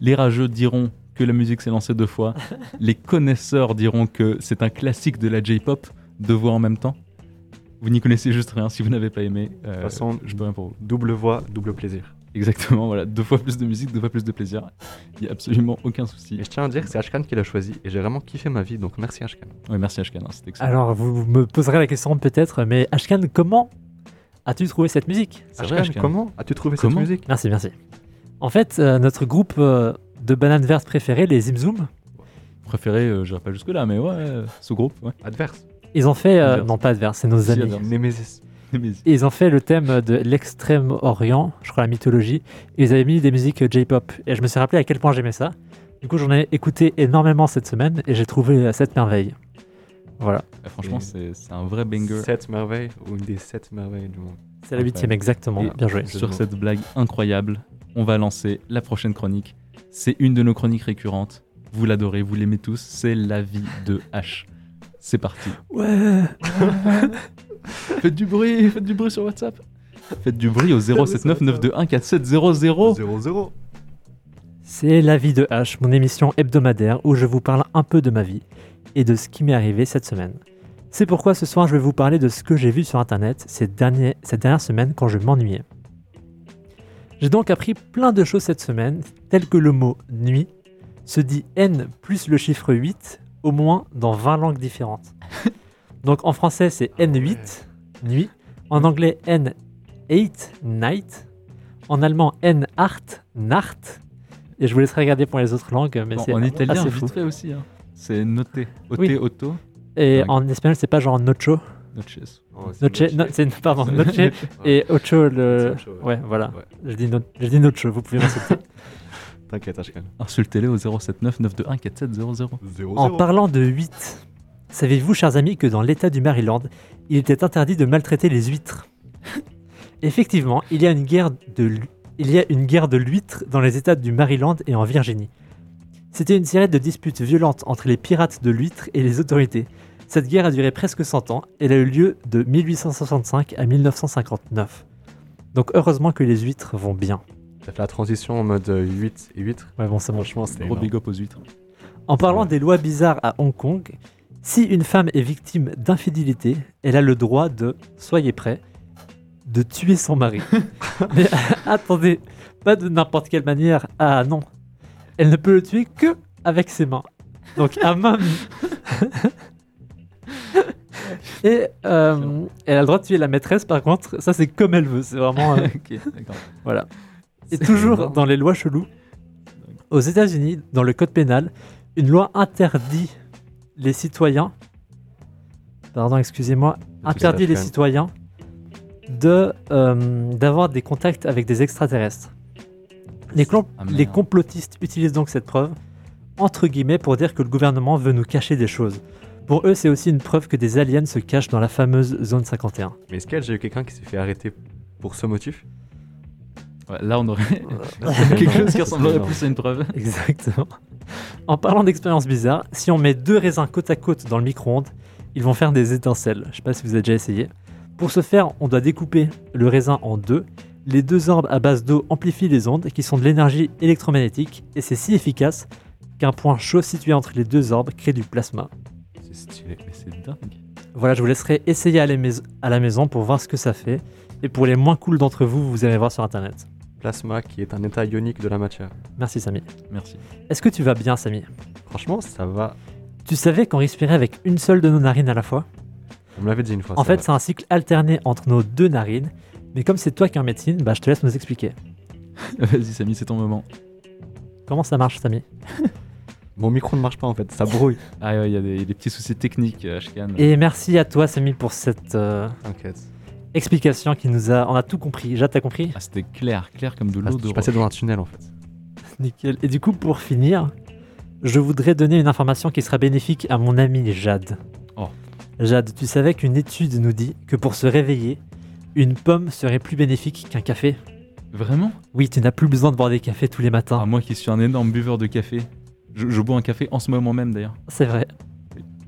S2: Les rageux diront que la musique s'est lancée deux fois. Les connaisseurs diront que c'est un classique de la J-pop, deux voix en même temps. Vous n'y connaissez juste rien si vous n'avez pas aimé. De toute
S3: façon,
S2: je peux rien pour vous.
S3: Double voix, double plaisir.
S2: Exactement, voilà. Deux fois plus de musique, deux fois plus de plaisir. Il n'y a absolument aucun souci.
S3: Et je tiens à dire que c'est Ashkan qui l'a choisi, et j'ai vraiment kiffé ma vie, donc merci Ashkan.
S2: Ouais, merci HK, hein, c'était excellent.
S4: Alors, vous vous me poserez la question peut-être, mais Ashkan, comment as-tu trouvé cette musique
S2: C'est vrai,
S3: Ashkan,
S2: Ashkan.
S3: comment as-tu trouvé
S2: Comment
S3: cette musique
S4: Merci, merci. En fait, euh, notre groupe euh, de bananes vertes préféré, les Zimzoum,
S2: Préféré, euh, j'irai pas jusque-là, mais ouais, euh, ce groupe, ouais.
S3: Adverse.
S4: ils ont fait... euh,
S2: Adverse.
S4: non, pas adverse, c'est nos
S2: Si,
S4: amis.
S2: adverse.
S3: Némésis.
S4: Et ils ont fait le thème de l'extrême-orient, je crois la mythologie, et ils avaient mis des musiques euh, J-pop. Et je me suis rappelé à quel point j'aimais ça. Du coup, j'en ai écouté énormément cette semaine et j'ai trouvé euh, cette merveille. Voilà,
S2: Ah, franchement, c'est
S3: Et-
S2: c'est un vrai banger.
S3: Sept merveilles, ou une des sept merveilles du monde.
S4: c'est la huitième exactement.
S2: Et-
S4: Bien joué.
S3: Je
S2: Sur
S3: vois.
S2: cette blague incroyable, on va lancer la prochaine chronique. C'est une de nos chroniques récurrentes. Vous l'adorez, vous l'aimez tous. C'est la vie de H. C'est parti.
S4: Ouais.
S2: Faites du bruit, faites du bruit sur WhatsApp. Faites du bruit au 079 921
S3: Oh.
S2: 4700.
S3: 0-0.
S4: C'est La vie de H, mon émission hebdomadaire où je vous parle un peu de ma vie et de ce qui m'est arrivé cette semaine. C'est pourquoi ce soir je vais vous parler de ce que j'ai vu sur internet ces, derniers- ces dernières semaines quand je m'ennuyais. J'ai donc appris plein de choses cette semaine, telles que le mot nuit se dit N plus le chiffre 8 au moins dans 20 langues différentes. donc en français c'est N8, nuit. En anglais N8, night. En allemand N8, nacht. Et je vous laisserai regarder pour les autres langues, mais
S2: Bon,
S4: c'est
S2: en italien,
S4: assez
S2: vite
S4: fou.
S2: fait aussi. hein. C'est noté. Oté,
S4: Oui.
S2: auto,
S4: Et
S2: Dingue.
S4: en espagnol c'est pas genre nocho.
S2: noches.
S3: Non, Oh, c'est
S4: Noche, no- c'est
S2: *laughs*
S4: pardon,
S2: C'est-
S4: noche et ocho le.
S3: C'est Ocho, euh, ouais.
S4: Ouais, voilà.
S3: Ouais.
S4: Je dis no- je dis nocho, vous pouvez m'insulter.
S3: T'inquiète, je calme.
S2: Insultez-les au 079 921 4700.
S4: En parlant de 8, savez-vous, chers amis, que dans l'état du Maryland, il était interdit de maltraiter les huîtres *laughs* Effectivement, il y a une guerre de l'hu- il y a une guerre de l'huître dans les états du Maryland et en Virginie. C'était une série de disputes violentes entre les pirates de l'huître et les autorités. Cette guerre a duré presque 100 ans, elle a eu lieu de 1865 à 1959. Donc heureusement que les huîtres vont bien.
S3: T'as fait la transition en mode euh, 8 et 8.
S4: Ouais bon, c'est bon.
S3: Franchement, c'était
S2: Gros
S3: énorme.
S2: big up aux *laughs* huîtres.
S4: En parlant des lois bizarres à Hong Kong, si une femme est victime d'infidélité, elle a le droit de, soyez prêts, de tuer son mari. Mais *laughs* attendez, pas de n'importe quelle manière. Ah non, elle ne peut le tuer que avec ses mains. Donc à main nue. Et euh, elle a le droit de tuer la maîtresse, par contre, ça c'est comme elle veut, c'est vraiment... euh,
S2: ok, d'accord.
S4: voilà. Et toujours
S3: énorme.
S4: dans les lois cheloues, aux États-Unis, dans le code pénal, une loi interdit les citoyens. Pardon, excusez-moi. Interdit les
S3: Stéphane.
S4: citoyens de euh, d'avoir des contacts avec des extraterrestres. Les, clom-
S2: Ah,
S4: les
S2: merde.
S4: complotistes utilisent donc cette preuve entre guillemets pour dire que le gouvernement veut nous cacher des choses. Pour eux, c'est aussi une preuve que des aliens se cachent dans la fameuse zone 51.
S3: Mais est-ce que j'ai eu quelqu'un qui s'est fait arrêter pour ce motif
S2: Ouais, là, on *laughs* aurait quelque
S3: Énorme.
S2: chose qui ressemblerait
S3: Énorme.
S2: plus à une preuve.
S4: *laughs* Exactement. En parlant d'expériences bizarres, si on met deux raisins côte à côte dans le micro-ondes, ils vont faire des étincelles. Je sais pas si vous avez déjà essayé. Pour ce faire, on doit découper le raisin en deux. Les deux orbes à base d'eau amplifient les ondes qui sont de l'énergie électromagnétique et c'est si efficace qu'un point chaud situé entre les deux orbes crée du plasma.
S3: C'est stylé.
S2: Mais c'est dingue.
S4: Voilà, je vous laisserai essayer à la, mais- à la maison pour voir ce que ça fait. Et pour les moins cool d'entre vous, vous allez voir sur internet.
S3: Plasma qui est un état ionique de la matière.
S4: Merci Samy.
S2: *laughs* Merci.
S4: Est-ce que tu vas bien Samy
S3: Franchement, ça va.
S4: Tu savais qu'on respirait avec une seule de nos narines à la fois
S3: On me l'avait dit une fois.
S4: En
S3: ça
S4: fait,
S3: va.
S4: c'est un cycle alterné entre nos deux narines. Mais comme c'est toi qui es en médecine, bah, je te laisse nous expliquer.
S2: Vas-y, Samy, c'est ton moment.
S4: Comment ça marche,
S2: Bah.
S4: Samy
S3: mon micro ne marche pas en fait, ça brouille.
S2: Ah ouais, il y a des, des petits soucis techniques, euh, HKN.
S4: Et merci à toi, Samy, pour cette euh,
S3: *laughs* T'inquiète.
S4: explication qui nous a. On a tout compris. Jade, t'as compris
S2: *laughs* Ah, c'était clair, clair comme de
S3: Ah,
S2: l'eau
S3: Je
S2: de
S3: passais
S2: roche.
S3: dans un tunnel en fait.
S4: Nickel. Et du coup, pour finir, je voudrais donner une information qui sera bénéfique à mon ami Jade.
S2: Oh.
S4: Jade, tu savais qu'une étude nous dit que pour se réveiller, une pomme serait plus bénéfique qu'un café
S2: Vraiment
S4: Oui, tu n'as plus besoin de boire des cafés tous les matins.
S2: Ah, Moi qui suis un énorme buveur de café. Je, je bois un café en ce moment même d'ailleurs.
S4: C'est vrai.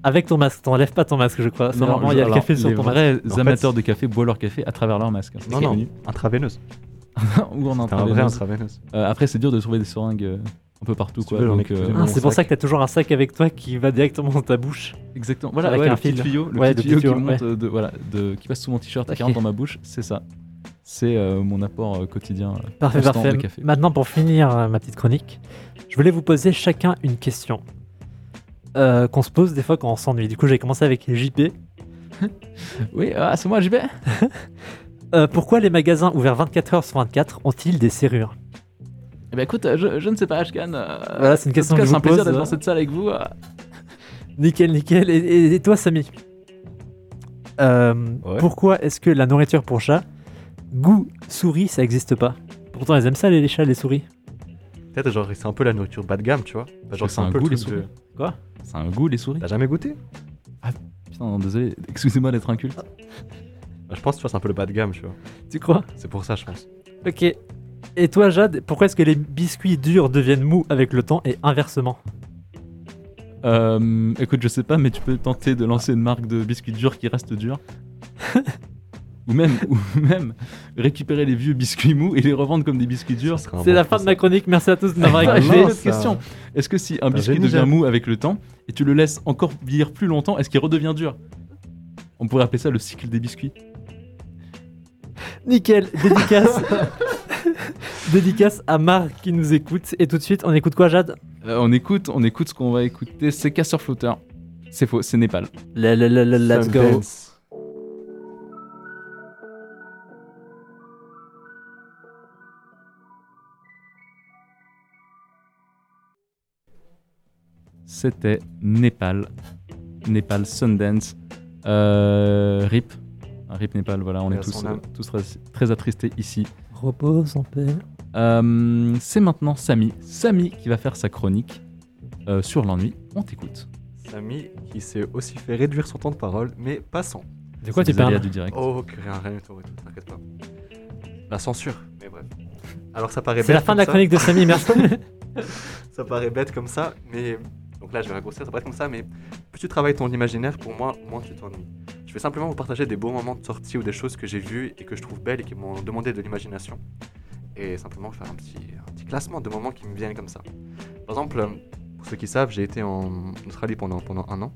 S4: Avec ton masque, t'enlèves pas ton masque, je crois. C'est
S2: Non, non,
S4: vraiment,
S2: je-
S4: il y a le
S2: alors,
S4: café sur
S2: les
S4: ton masque.
S2: vrais
S3: En fait,
S2: amateurs de café boivent leur café à travers leur masque. hein.
S3: Non,
S2: C'est
S3: non,
S2: connu. *laughs*
S3: intraveineuse.
S2: Ou en
S3: T'as un vrai
S2: intraveineuse.
S3: intraveineuse.
S2: Euh, après, c'est dur de trouver des seringues euh, un peu partout.
S3: Si
S2: Quoi.
S3: tu veux, j'en ai
S2: donc,
S3: que
S2: euh,
S3: deux.
S4: Ah,
S3: mon
S4: c'est pour
S3: sac.
S4: ça que t'as toujours un sac avec toi qui va directement dans ta bouche.
S2: Exactement. Voilà,
S4: Ah. Avec
S2: ouais,
S4: un
S2: le petit
S4: fil.
S2: tuyau, le
S4: Ouais,
S2: petit
S4: le
S2: tuyau
S4: petit
S2: qui
S4: tuyau,
S2: monte euh, de, voilà, de, qui passe sous mon t-shirt à
S4: Ok.
S2: 40 dans ma bouche, c'est ça. C'est euh, mon apport euh, quotidien. euh,
S4: Parfait,
S2: constant
S4: parfait.
S2: de café.
S4: Maintenant, pour finir euh, ma petite chronique, je voulais vous poser chacun une question euh, qu'on se pose des fois quand on s'ennuie. Du coup, j'ai commencé avec JP.
S2: Oui, ah, c'est moi, j'y vais.
S4: Euh, pourquoi les magasins ouverts 24 h sur 24 ont-ils des serrures Euh,
S2: Eh ben écoute, euh, je, je ne sais pas, euh, HKN.
S4: Voilà, c'est une question
S2: en
S4: que
S2: tout
S4: je
S2: cas, c'est
S4: vous
S2: un plaisir
S4: pose,
S2: d'être
S4: euh.
S2: dans cette salle avec vous. euh.
S4: Nickel, nickel. Et, et- et toi, Samy Euh,
S3: Ouais.
S4: Pourquoi est-ce que la nourriture pour chat, goût souris, ça n'existe pas Pourtant, ils aiment ça, les les chats, les souris.
S3: Peut-être genre c'est un peu la nourriture bas de gamme, tu vois. Bah, genre
S2: C'est un goût,
S3: le
S2: les
S3: truc de-
S2: souris. C'est un goût, les souris.
S3: T'as jamais goûté
S2: Putain, désolé, *laughs* excusez-moi d'être inculte.
S3: Bah, Je pense, tu vois, c'est un peu le bas de gamme, tu vois.
S4: Tu crois
S3: C'est pour ça, je pense.
S4: Ok. Et toi, Jade, pourquoi est-ce que les biscuits durs deviennent mous avec le temps et inversement
S2: Euh, écoute, je sais pas, mais tu peux tenter de lancer une marque de biscuits durs qui reste *laughs* dur. ou, même, ou même récupérer les vieux biscuits mous et les revendre comme des biscuits durs.
S3: Ça Bah serait un
S4: C'est
S3: bon
S4: la fin de ma
S3: concept.
S4: chronique. Merci à tous de
S3: *laughs*
S4: m'avoir
S2: Ah,
S3: Ouais,
S2: J'ai
S4: écouté.
S2: une
S3: mince,
S2: autre question. Est-ce que si un biscuit
S3: génie,
S2: devient
S3: j'aime.
S2: mou avec le temps et tu le laisses encore vieillir plus longtemps, est-ce qu'il redevient dur On pourrait appeler ça le cycle des biscuits.
S3: *laughs*
S4: Nickel. Dédicace. Dédicace à Marc qui nous écoute. Et tout de suite, on écoute quoi, Jade
S2: Euh, on écoute, on écoute ce qu'on va écouter. C'est Casseur Flotteur. C'est faux, c'est Népal.
S4: la, la, la, la, Let's go.
S3: Sundance.
S2: C'était Népal. Népal Sundance. Euh, RIP. Un RIP Népal, voilà, on
S3: Et
S2: est
S3: à
S2: tous, euh,
S3: son âme.
S2: tous très, très attristés ici.
S4: Repose en paix.
S2: Euh, c'est maintenant Samy. Samy qui va faire sa chronique euh, sur l'ennui. On t'écoute.
S3: Samy qui s'est aussi fait réduire son temps de parole, mais passant.
S4: De quoi
S2: C'est
S4: tu
S2: les aléas
S4: parles
S2: du direct.
S3: Oh, que rien, rien du tout, rien du tout, t'inquiète pas. La censure, mais bref. Alors ça paraît
S4: C'est la
S3: bête
S4: fin de
S3: comme
S4: la
S3: ça.
S4: chronique de Samy,
S3: *laughs*
S4: merci.
S3: Ça paraît bête comme ça, mais. Donc là, je vais raccourcir, ça paraît comme ça, mais plus tu travailles ton imaginaire, pour moi, moins tu t'ennuies. Je vais simplement vous partager des beaux moments de sortie ou des choses que j'ai vues et que je trouve belles et qui m'ont demandé de l'imagination. Et simplement faire un petit, un petit classement de moments qui me viennent comme ça. Par exemple, euh, pour ceux qui savent, j'ai été en Australie pendant, pendant un an.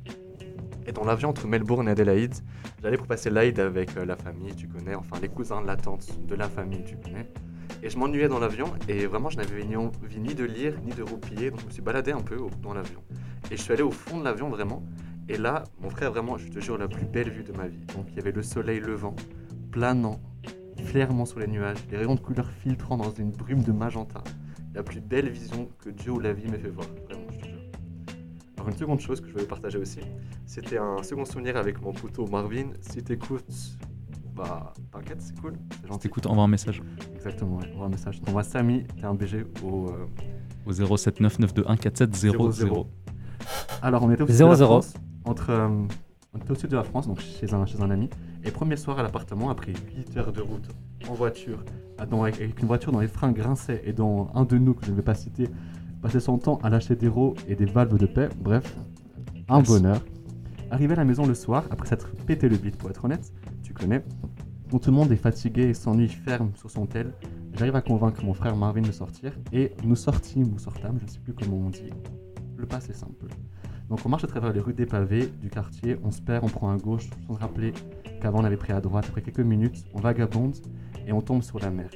S3: Et dans l'avion entre Melbourne et Adélaïde, j'allais pour passer l'Aïd avec euh, la famille, tu connais, enfin les cousins de la tante, de la famille, tu connais. Et je m'ennuyais dans l'avion et vraiment je n'avais ni envie ni de lire ni de roupiller donc je me suis baladé un peu au- dans l'avion. Et je suis allé au fond de l'avion vraiment et là mon frère vraiment je te jure la plus belle vue de ma vie. Donc il y avait le soleil levant, planant, clairement sur les nuages, les rayons de couleur filtrant dans une brume de magenta. La plus belle vision que Dieu ou la vie m'ait fait voir, vraiment je te jure. Alors une seconde chose que je voulais partager aussi, c'était un second souvenir avec mon poteau Marvin. Si t'écoutes, bah t'inquiète c'est cool. c'est
S2: On
S3: gentil.
S2: t'écoute, envoie un message
S3: Exactement, ouais. Envoie un message. T'envoies Samy, t'es un BG au. euh,
S2: au 07992147000.
S3: Alors, on était au sud
S4: Zéro,
S3: de la
S4: zéro.
S3: France, entre, euh, on était au sud de la France, donc chez un, chez un ami. Et premier soir à l'appartement, après 8 heures de route, en voiture, ah, dans- avec, avec une voiture dont les freins grinçaient et dont un de nous, que je ne vais pas citer, passait son temps à lâcher des roues et des valves de paix. Bref, un
S2: Merci.
S3: bonheur. Arrivé à la maison le soir, après s'être pété le bide pour être honnête, tu connais, où tout le monde est fatigué et s'ennuie ferme sur son tel, j'arrive à convaincre mon frère Marvin de sortir et nous sortîmes ou sortâmes, je ne sais plus comment on dit. Le pas c'est simple. Donc on marche à travers les rues dépavées du quartier, on se perd, on prend à gauche, sans se rappeler qu'avant on avait pris à droite. Après quelques minutes, on vagabonde et on tombe sur la mer.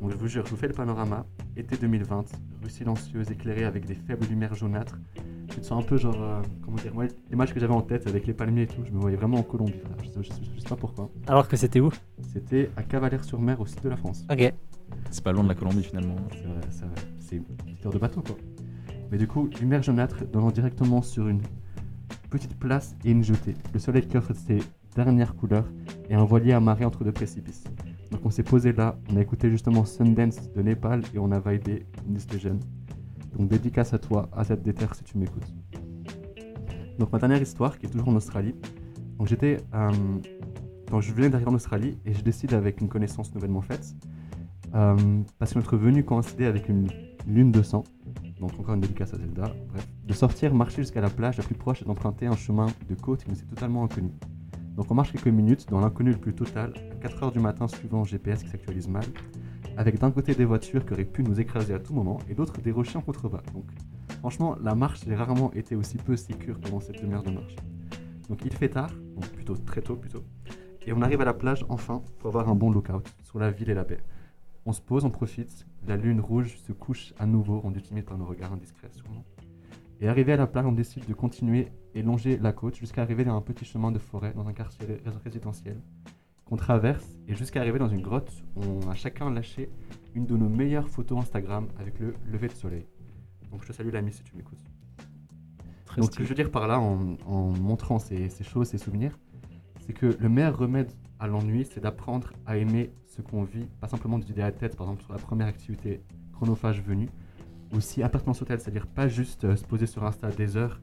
S3: Donc je vous jure, je vous fais le panorama, été 2020, rue silencieuse, éclairée avec des faibles lumières jaunâtres. Tu te sens un peu genre, euh, comment dire, moi, l'image que j'avais en tête avec les palmiers et tout, je me voyais vraiment en Colombie, frère. Je, sais- je sais- je sais pas pourquoi.
S4: Alors que c'était où
S3: C'était à Cavalère-sur-Mer, au sud de la France.
S4: Ok.
S2: C'est pas loin de la Colombie finalement.
S3: C'est vrai, c'est vrai. C'est une petite heure de bateau, quoi. Mais du coup, lumière jaunâtre donnant directement sur une petite place et une jetée. Le soleil qui offre ses dernières couleurs et un voilier amarré entre deux précipices. Donc on s'est posé là, on a écouté justement Sundance de Népal et on a vibé une liste de jeunes. Donc dédicace à toi, à cette déterre si tu m'écoutes. Donc ma dernière histoire qui est toujours en Australie. Donc j'étais. euh, quand je venais d'arriver en Australie et je décide avec une connaissance nouvellement faite euh, parce que notre venue coïncidait avec une lune de sang, donc encore une dédicace à Zelda, bref, de sortir, marcher jusqu'à la plage la plus proche et d'emprunter un chemin de côte qui nous est totalement inconnu. Donc on marche quelques minutes dans l'inconnu le plus total, à 4h du matin suivant un GPS qui s'actualise mal, avec d'un côté des voitures qui auraient pu nous écraser à tout moment et d'autre des rochers en contrebas. Donc franchement, la marche, j'ai rarement été aussi peu sécure pendant cette demi-heure de marche. Donc il fait tard, donc plutôt très tôt plutôt, et on arrive à la plage enfin pour avoir un bon lookout sur la ville et la baie. On se pose, on profite. La lune rouge se couche à nouveau, rendue timide par nos regards indiscrets, sûrement. Et arrivé à la plage, on décide de continuer et longer la côte jusqu'à arriver dans un petit chemin de forêt dans un quartier ré- résidentiel qu'on traverse et jusqu'à arriver dans une grotte où on a chacun lâché une de nos meilleures photos Instagram avec le lever de soleil. Donc je te salue l'ami si tu m'écoutes.
S2: Très
S3: Donc, ce
S2: stylé.
S3: que je veux dire par là, en, en montrant ces, ces choses, ces souvenirs, c'est que le meilleur remède à l'ennui, c'est d'apprendre à aimer ce qu'on vit, pas simplement d'idées à la tête, par exemple sur la première activité chronophage venue, aussi appartenance hôtel, c'est-à-dire pas juste euh, se poser sur Insta des heures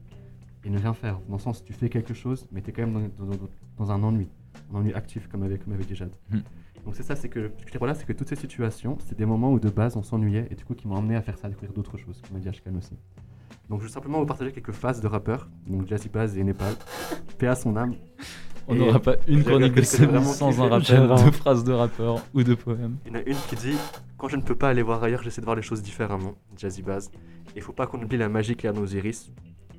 S3: et ne rien faire. Dans le sens, tu fais quelque chose, mais tu es quand même dans, dans- dans- dans un ennui, un ennui actif, comme avec, comme avait dit Jade.
S2: Hmm.
S3: Donc, c'est ça, c'est que, ce que je dire là, c'est que toutes ces situations, c'est des moments où de base on s'ennuyait et du coup qui m'ont amené à faire ça, à découvrir d'autres choses, comme a dit Ashkan aussi. Donc je vais simplement vous partager quelques phases de rappeurs, donc Jazzy Baz et Népal. Paix à son âme.
S2: On
S3: Et
S2: n'aura pas une
S3: j'ai
S2: chronique de
S3: regretté
S2: Samy
S3: vraiment
S2: sans
S3: qu'il
S2: un
S3: fait-
S4: j'ai
S2: rappel *laughs*
S4: vraiment-
S2: de phrases de rappeur ou de poème.
S3: Il y en a une qui dit Quand je ne peux pas aller voir ailleurs, j'essaie de voir les choses différemment. Jazzy Baz. Il faut pas qu'on oublie la magie qu'il y a dans nos iris.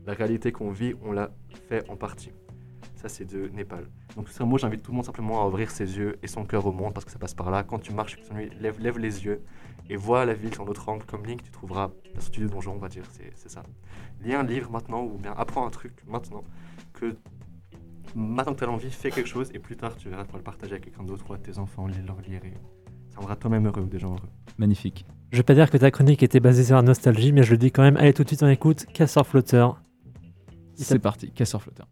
S3: La réalité qu'on vit, on l'a fait en partie. Ça, c'est de Népal. Donc, ce mot, j'invite tout le monde simplement à ouvrir ses yeux et son cœur au monde parce que ça passe par là. Quand tu marches, que tu t'ennuies, lève, lève les yeux et vois la ville sur notre angle. Comme Link, tu trouveras la sortie du donjon, on va dire. C'est c'est ça. Lis un livre maintenant ou bien apprends un truc maintenant. Que maintenant que tu as l'envie, fais quelque chose et plus tard, tu verras, tu pourras le partager à quelqu'un d'autre ou à tes enfants, les leur lire et ça rendra toi-même heureux ou des gens heureux.
S2: Magnifique.
S4: Je vais pas dire que ta chronique était basée sur la nostalgie, mais je le dis quand même. Allez, tout de suite, on écoute Casseur Flotteur. Il
S2: C'est
S4: s'appelle-
S2: parti, casseur flotteur.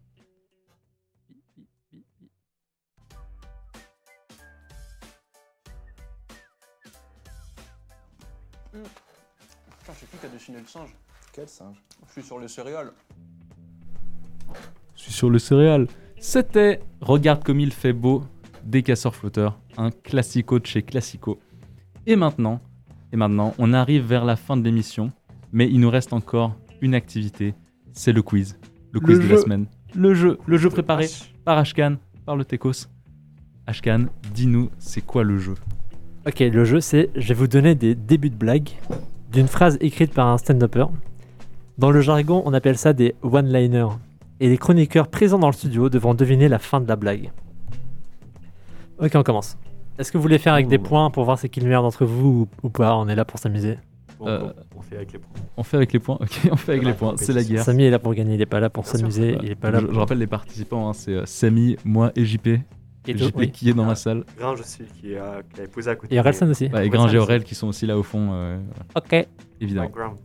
S7: Putain, je sais plus qu'à dessiner le singe.
S8: Quel singe
S7: Je suis sur le céréales.
S2: Je suis sur le céréal. C'était Regarde comme il fait beau des casseurs flotteurs, un classico de chez Classico. Et maintenant, et maintenant, on arrive vers la fin de l'émission, mais il nous reste encore une activité, c'est le quiz.
S5: Le
S2: Le quiz de la
S5: jeu.
S2: semaine. Le jeu, le jeu préparé par Ashkan, par le Tecos. Ashkan, dis-nous, c'est quoi le jeu
S4: Ok, le jeu c'est je vais vous donner des débuts de blagues d'une phrase écrite par un stand-upper. Dans le jargon, on appelle ça des one-liners. Et les chroniqueurs présents dans le studio devront deviner la fin de la blague. Ok, on commence. Est-ce que vous voulez faire avec des points pour voir c'est qui le meilleur d'entre vous ou, ou pas On est là pour s'amuser.
S3: Bon,
S2: Euh,
S3: on, on fait avec les points.
S2: On fait avec les points *laughs* Ok, on fait avec les points, c'est la guerre.
S4: Samy est là pour gagner, il est pas là pour
S3: Bien sûr.
S4: s'amuser, il est pas là
S2: je,
S4: pour...
S2: je rappelle les participants, hein, c'est euh, Samy, moi et JP.
S4: Et toi,
S2: JP
S4: oui.
S2: qui est dans
S3: Ah.
S2: la salle.
S3: Grange aussi, qui a, qui a épousé à côté.
S4: Et Orelsan aussi.
S2: Ouais, et
S3: Ouais,
S2: Gringe
S3: ça,
S2: et
S3: ça.
S2: Aurel qui sont aussi là au fond, euh, voilà,
S4: Ok.
S2: évidemment.
S3: Background.